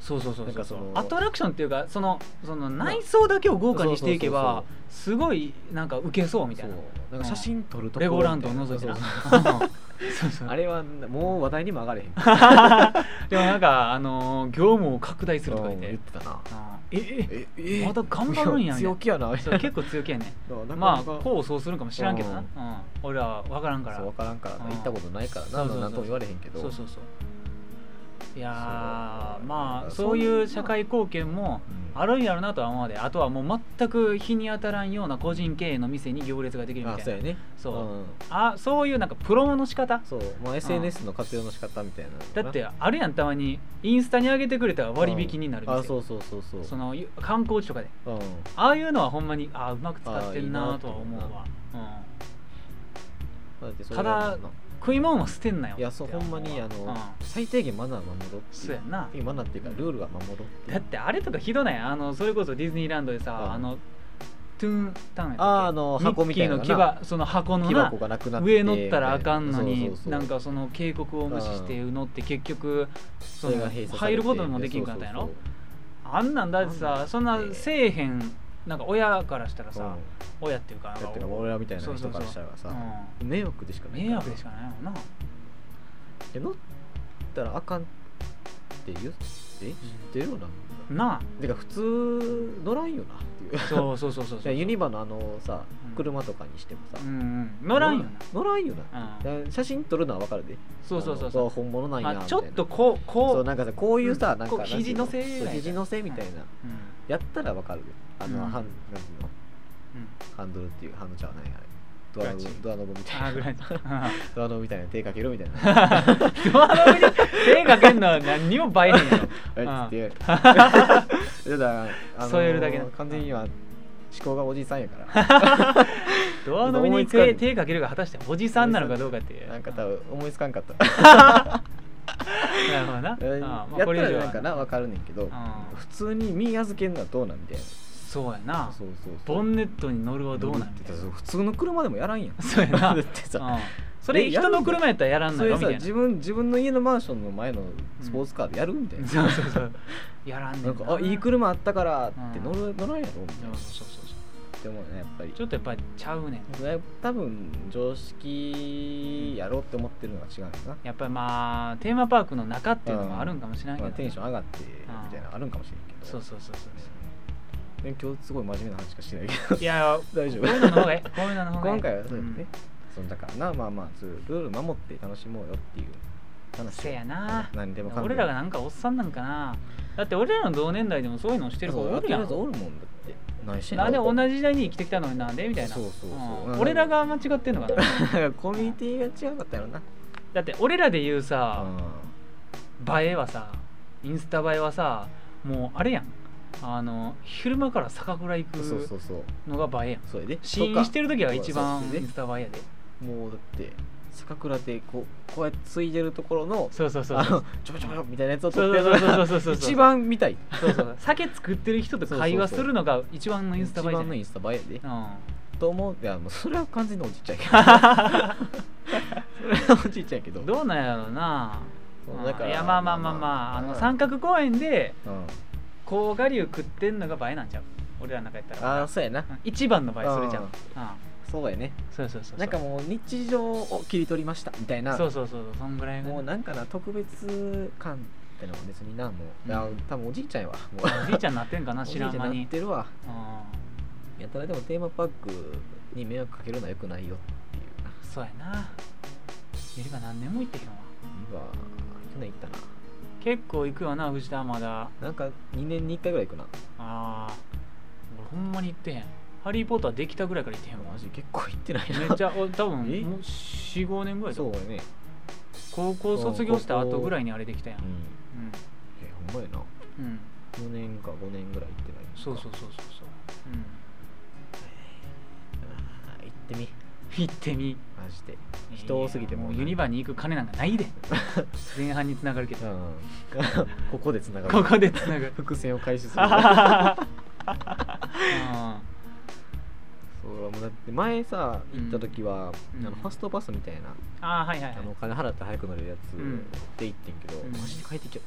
そうそうそうなんそうかそそうのアトラクションっていうかそのその内装だけを豪華にしていけばすごいなんかウケそうみたいなそうなんか写真撮るとこレゴランドをみた覗いいてなそうそう そうそうあれはもう話題にも上がれへ んでもなんかあのー業務を拡大するとか言っうん言っててたなあーええええまだ頑張るんやん強気やなそう結構強気 やねままあこうそうするかもしらんけどな、うん、俺は分からんから分からんからなうん行ったことないからそなうそうそうなんとも言われへんけどそうそうそういやーそうまあそうそういう社会貢献もうんあるんやろなとは思うであとはもう全く日に当たらんような個人経営の店に行列ができるみあたいそうなやねそう,、うんあそういうなんかプロモの仕方そうまあ SNS の活用の仕方みたいなのかだなってあるやんたまにインスタに上げてくれたら割引になるあ店、そうそうそうそうその観光地とかでうんああいうのはほんまにああうまく使ってんあーいいななとは思うわうん、だってそれただはもうな食い物は捨てんなよいやそうってほん思まわにあうんの最低限マナー守ろうってそういうやなマナーっていうかルールは守ろうっていだっうてあれとかひどないあのそれこそディズニーランドでさ、うんあのトゥーンタウンやったっけあーあの箱みたいなのミなッキーの牙その箱の木な箱がなくなって上乗ったらあかんのにそうそうそうなんかその警告を無視して乗って結局そそれのが閉鎖され入てることもできんかったんやろそうそうそうあんなんだってあんさなんそんなええせえへんなんか親からしたらさ、さ、親っていうかなんだかってか俺らみたいなそうそ人うそかうらしたらさう迷惑でしかんない迷惑でしかかないもんな、ら乗ったらあかんって言って知ってるよな、なてか普通乗らんよなっていうあそうそうそうそうそうユニバのあのさうん車とかにしてもさ、うんうん、乗らんよ乗らんよなな、うん、だから写真撮るのは分かるでそうそうそうあのそわ本物なうんやみあたいなちょっとこうそうこうなんかさこういうさ、うんなんこかう肘乗せなんていみうたいのな肘乗せみたいな、うんやったら分かるであの、うんハンなんていうのうんハンドルっていうハンドルちゃうないあれドアノクラッチブドアノブみたいあなーぐらいドアノブみたいな手かけろみたい なドアノブに手かけんのは何にも映えへんやろ あれっつって ちょっとあの添えるだけな完全には思考がおじいさん やからドアノブ思にいつかん手手かけるが果たしておじさんなのかどうかっていうなんか多分思いつかんかったなるほどな、うんうんまやあったこれ以ら上はなんかな分かるねんけどうん普通に身預けんのはどうなんみたいなそうやなそうそうそうボンネットに乗るはどうなんてみたい普通の車でもやらんやんそうやな だってさな、うん、それえやる人んだの車やったらやらんそのれよみさたいな自分自分の家のマンションの前のスポーツカーでやるみたいなそうそうそう やらんねんなんかあいい車あったからって乗る乗らんやろみたいそなうそうそうそうって思うねやっぱりちょっとやっぱりちゃうねん多分常識やろうって思ってるのが違うよな、やっぱりまあテーマパークの中っていうのもあるんかもしれないけまど、あ、テンション上がってみんたいなのあるんかもしれんけどそうそうそうそうで今日すごい真面目な話しかしてないけどいや大丈夫こういうのの方が いいこういうのの方がいい今回はそううだよんね、そんだからなまあまあそういうルール守って楽しもうよっていう話せやな何でもかんでも俺らがなんかおっさんなんかなだって俺らの同年代でもそういうのしてる子そうおるややんってるやつおるもんだって何してんのなんで同じ時代に生きてきたのになんでみたいなそうそうそううん俺らが間違ってんのか な コミュニティが違うかったよなだって俺らで言うさう映えはさインスタ映えはさもうあれやんあの昼間から酒蔵行んそうそうくそうのが映えやんそれで試飲してる時が一番そうそうインスタ映えやでもうだって酒蔵でこうこうやってついでるところのそうそうそうあそうのちょこちょこみたいなやつをそ撮っうてるそのうそうがそうそうそう一番見たいそうそう酒作ってる人と会話するのが一番のインスタ映えじ一ゃ番のなイいンスタ映えやでうんと思ういやもうそれは完全におじいちゃ んやけどそれはおじいちゃんやけどどうなんやろうなそううんだからいやまあまあまあまああの三角公園でうん甲賀流食ってんのが映えなんちゃう俺らの中やったらああそうやなうん一番の映えそれじゃんううんんそうやねそうそうそうそうなんかもう日常を切り取りましたみたいなそうそうそうそうそんぐらいがもうなんかな特別感ってのは別になもう、うんあ多分おじいちゃんやわもうおじいちゃんなってんかな知らん間おじいちゃんなにってるわうんいやただでもテーマパークに迷惑かけるのはよくないよっていうなそうやなゆりが何年も行ってへんわ今去年行ったな結構行くよな藤田はまだなんか2年に1回ぐらい行くなああ俺ほんまに行ってへんハリー・ポッターできたぐらいから行ってへんわマジ結構行ってないなめ っちゃお多分えもう45年ぐらいだそうやね高校卒業した後ぐらいにあれできたやんううんんえほんまやなうん4年か5年ぐらい行ってないのかそうそうそうそうそううんあー行ってみ行ってみマジで人多すぎてもいやうもうユニバに行く金なんかない で前半につながるけうどん ここでつながるここでつな がる伏線を回収すう るんそうもうだって前さ行った時は、うんあのファストパスみたいな、ああはいはいはいあのお金払って早く乗れるやつうんで行ってんけど、うんマジで帰ってきちゃっ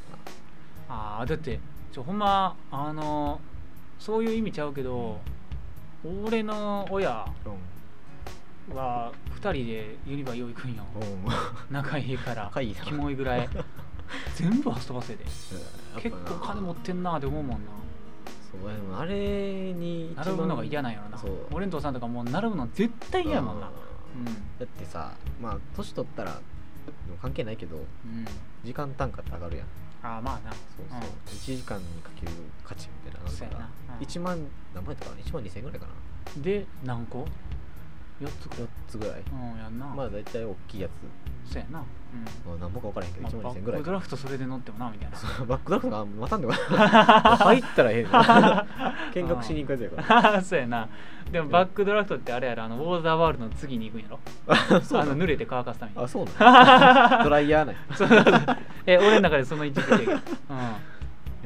たなああだってちょほんまあのそういう意味ちゃうけど俺の親うは2人でユニバよう行くんよん、 仲いいから仲いい なキモいぐらい全部はストバスやで結構金持もってんなって思うもんなそうやでもあれに並ぶのが嫌なんやろなそう俺ん父さんとかもう並ぶの絶対嫌やもんなううんだってさまあ年取ったらでも関係ないけどん、うん、時間単価って上がるやんああまあなそうそう、うん1時間にかける価値みたいなのそうやなうん1万何倍とかな1万2000円ぐらいかなで何個 ?4 つくらい4つぐらいうんやんなまあ大体大きいやつそうやなうんまあ何本か分からへんけどまあバ1万2000円ぐッらいクかドラなフトそれで乗ってもなみたいなそうバックドラフトがまたんの かな入ったらええの見学しに行くやつやか らそうやなでもバックドラフトってあれやろあのウォーターワールドの次に行くんやろらそうあなのの濡れて乾かすためにあそうな のドライヤーないそうそうそう え俺の中でその位置づ けが、うん、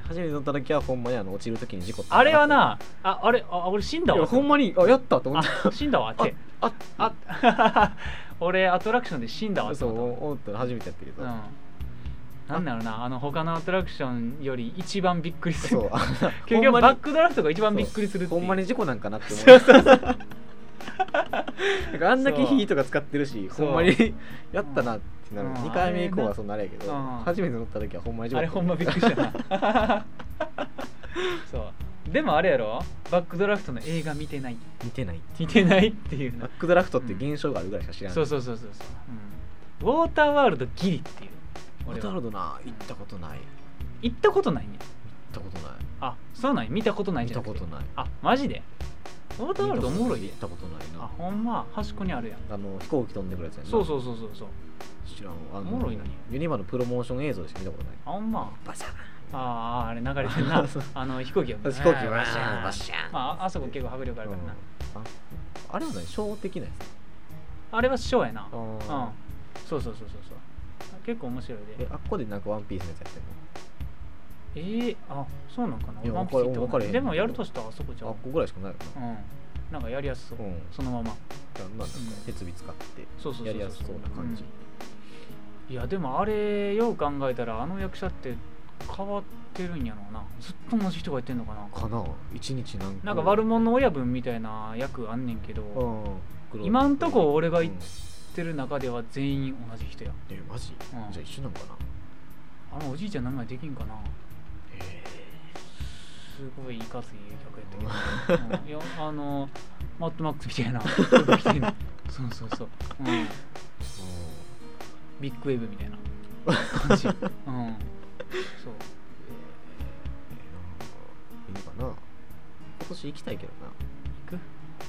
初めて乗った時はほんまにあの落ちる時に事故ったあれはなああれあ俺死んだいやわほんまにあやったと思ったあ死んだわってあああ 俺アトラクションで死んだわってそう思っ思ったの初めてやったけたど、うんなんだろうなあの他のアトラクションより一番びっくりすそる う 結ほん局まバにックドラフトが一番びっくりするっていほうん まに事故なんかなって思そううそうそうなんかあんだけ火とか使ってるしそほうんまにやったなってなる、うん2回目以降はそんなあれやけど、うん初めて乗った時はほんまに事故あれほんまびっくりした なそうでもあれやろバックドラフトの映画見てない見てない見てないっていうバッなクドラフトっていう現象があるぐらいしか知らない、そうそうそうそうそう、うんウォーターワールドギリっていうウォ俺ーターワーはルドな行ったことない行っ行ったことないねたことないあそうなんや見たことない見じゃたんことないあマジでウォーターワールドおもろいで行ったことないあなほんま端っこにあるやんあの飛行機飛んでくるやつやんなそうそうそうそうそう知らんあのおもろいのにユニバのプロモーション映像でしか見たことないあほんまバシャーンあああれ流れてんな そうあの飛行機が飛行機バシャーンバシャーンまああそこ結構迫力あるからな、うんああれはね小的なやあれはショーやなうつんそうそうそうそうそう結構面白いえであっこでなんかワンピースのやつやってんのえー、あそうなんかないやワンピースってわかれわへんでもやるとしたらあそこじゃあんっこぐらいしかないようなんなんかやりやすそう、うんそのままだからまあなんか設備使っそうそうそうそうてやりやすそうな感じいやでもあれよう考えたらあの役者って変わってるんやろうなずっと同じ人がやってんのかなかな一日なんかなんか悪者の親分みたいな役あんねんけど、うやん黒い今んとこ俺がいうんってる中では全員同じ人やえマジうんじゃあ一緒なんかなあのおじいちゃん名前できんかなへすごいいかつ い役やったけど、うんいやあのマッドマックスみたい な服着てんのそうそうそう、うん、えビッグウェーブみたい な感じ、うん、そういいのかな今年行きたいけどな行く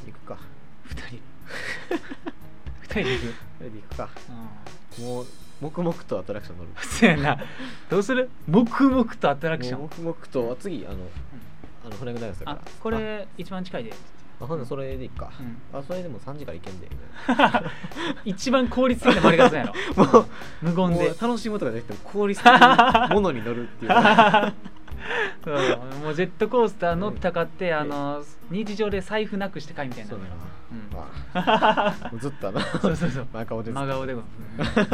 行くか2人二人で行くそれで行くかうもう黙々とアトラクション乗るんそうやなどうする黙々とアトラクションもう黙々とあ次あの、あのフラグダイスだかあらこれ一番近いでつってああほんでそれでいいか、うんあそれでも3時から行けんで一番効率的な回り 方やろもう無言もでう楽しむとかじゃなくても効率的にものに乗るっていう そうもうジェットコースター乗ったかって、あの日常で財布なくしてかいみたいなそうだな、うんまあもうずっとあのそうそうそう真顔です真 顔でございます、うん、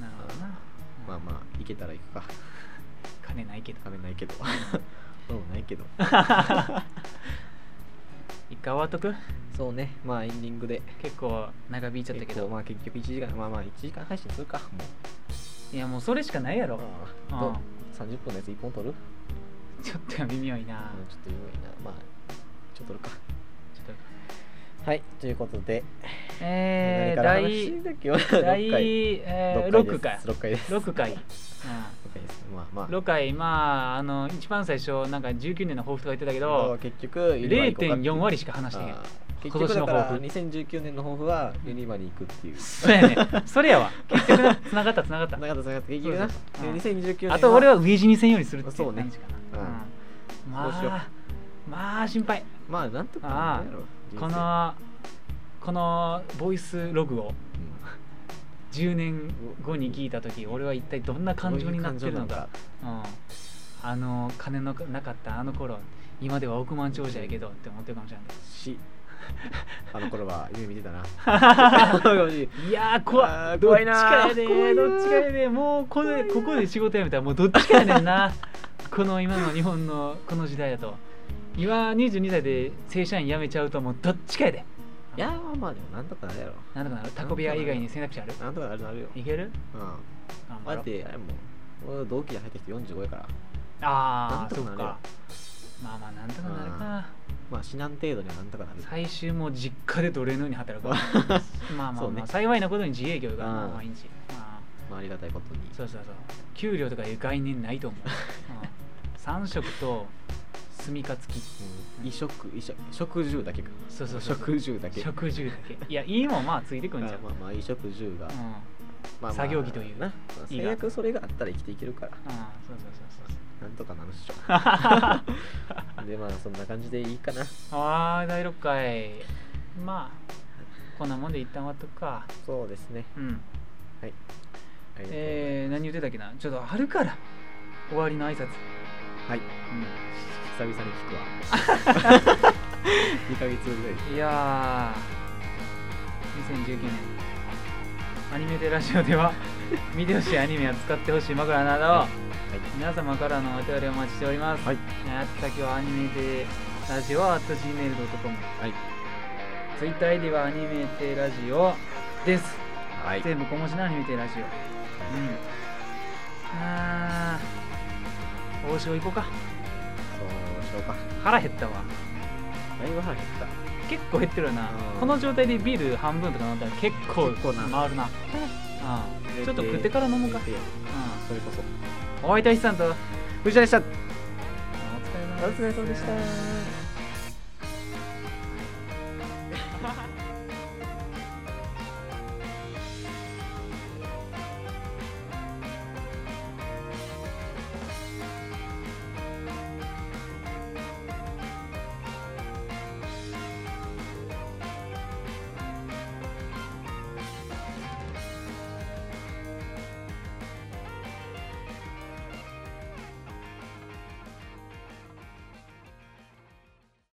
なるほどな、まあまあ行けたら行くか金ないけど金ないけどそうもないけど一回終わっとくそうねまあエンディングで結構長引いちゃったけ結構どまあ結局1時間まあまあ1時間配信するかもういやもうそれしかないやろあうんと30分のやつ1本取るちょっと微妙いなうんちょっといいなまあちょっと取るかちょっとはいということでえー、何第から話してたっけ第、えー、6回6回です6回、うん、 6回ですまあまあ6回まああの一番最初なんか19年の抱負とか言ってたけまどあ結局ユニバに行こうかってい0.4割うしか話してへんあー今結年局のだか抱負ら2019年の抱負はユニバに行くっていうそうやねそれやわ結局な繋がった繋がったなかったなかった結局なそうそうそうで2019年はあと俺は上地にせんようにするっていそううね感じかな、うんうんそうしようまあまあ心配まあなんとかあーなんやろ人こ生のこのボイスログを10年後に聞いた時俺は一体どんな感情になってるのかうん、あの金のなかったあの頃今では億万長者やけどって思ってるかもしれないし あの頃は夢見 てたなごめんいやーあ怖いー怖いなーどっちかやで怖いなーどっちかやでもうこれここで仕事辞めたらもうどっちかやねんな この今の日本のこの時代だと今22歳で正社員辞めちゃうともうどっちかやでいやまあまあでもなんとかなるやろなんとかなるタコ部屋以外に選択肢あるなんとかなるなるよいけるうん頑張だろっうてあれも俺同期で入ってきて45やからなあんあとそかっなるよかまあまあなんとかなるかまあ死なん程度にはなんとかなる最終もう実家で奴隷のように働くわ まあまあそまあ、うね幸いなことに自営業がうん毎日まあまあありがたいことにそうそうそう給料とかいう概念ない と思う、うん、3食と住みか付きうん衣食衣食食住だけかそうそうそう食住だけ食住だけいやいいもんまあついてくんじゃん、まあまあ衣食住が、うんうん、まあ、作業着というな、まあいいが最悪それがあったら生きていけるからそうそうそうそうなんとかなるっしょでまあそんな感じでいいかなああ第6回まあこんなもんで一旦終わっとくかそうですねうんありがとうえー、何言ってたっけなちょっと春から終わりの挨拶はいうん久々に聞くわ2ヶ月ぐらいいやー2019年アニメでラジオでは 見てほしいアニメや使ってほしい枕など、皆様からのお便りをお待ちしております、はいやったきはアニメでラジオは gmail.com はいツイッター ID はアニメテラジオです、はい全部小文字のアニメテラジオうんあー王将行こうかそうしようか腹減ったわだいぶ腹減った結構減ってるよなうんこの状態でビール半分とか飲んだら結構結構な回るなうんちょっと食ってから飲もうか、入れてうそれこそん、お相手は石さんとお疲藤田でしたれ様お疲れ様でした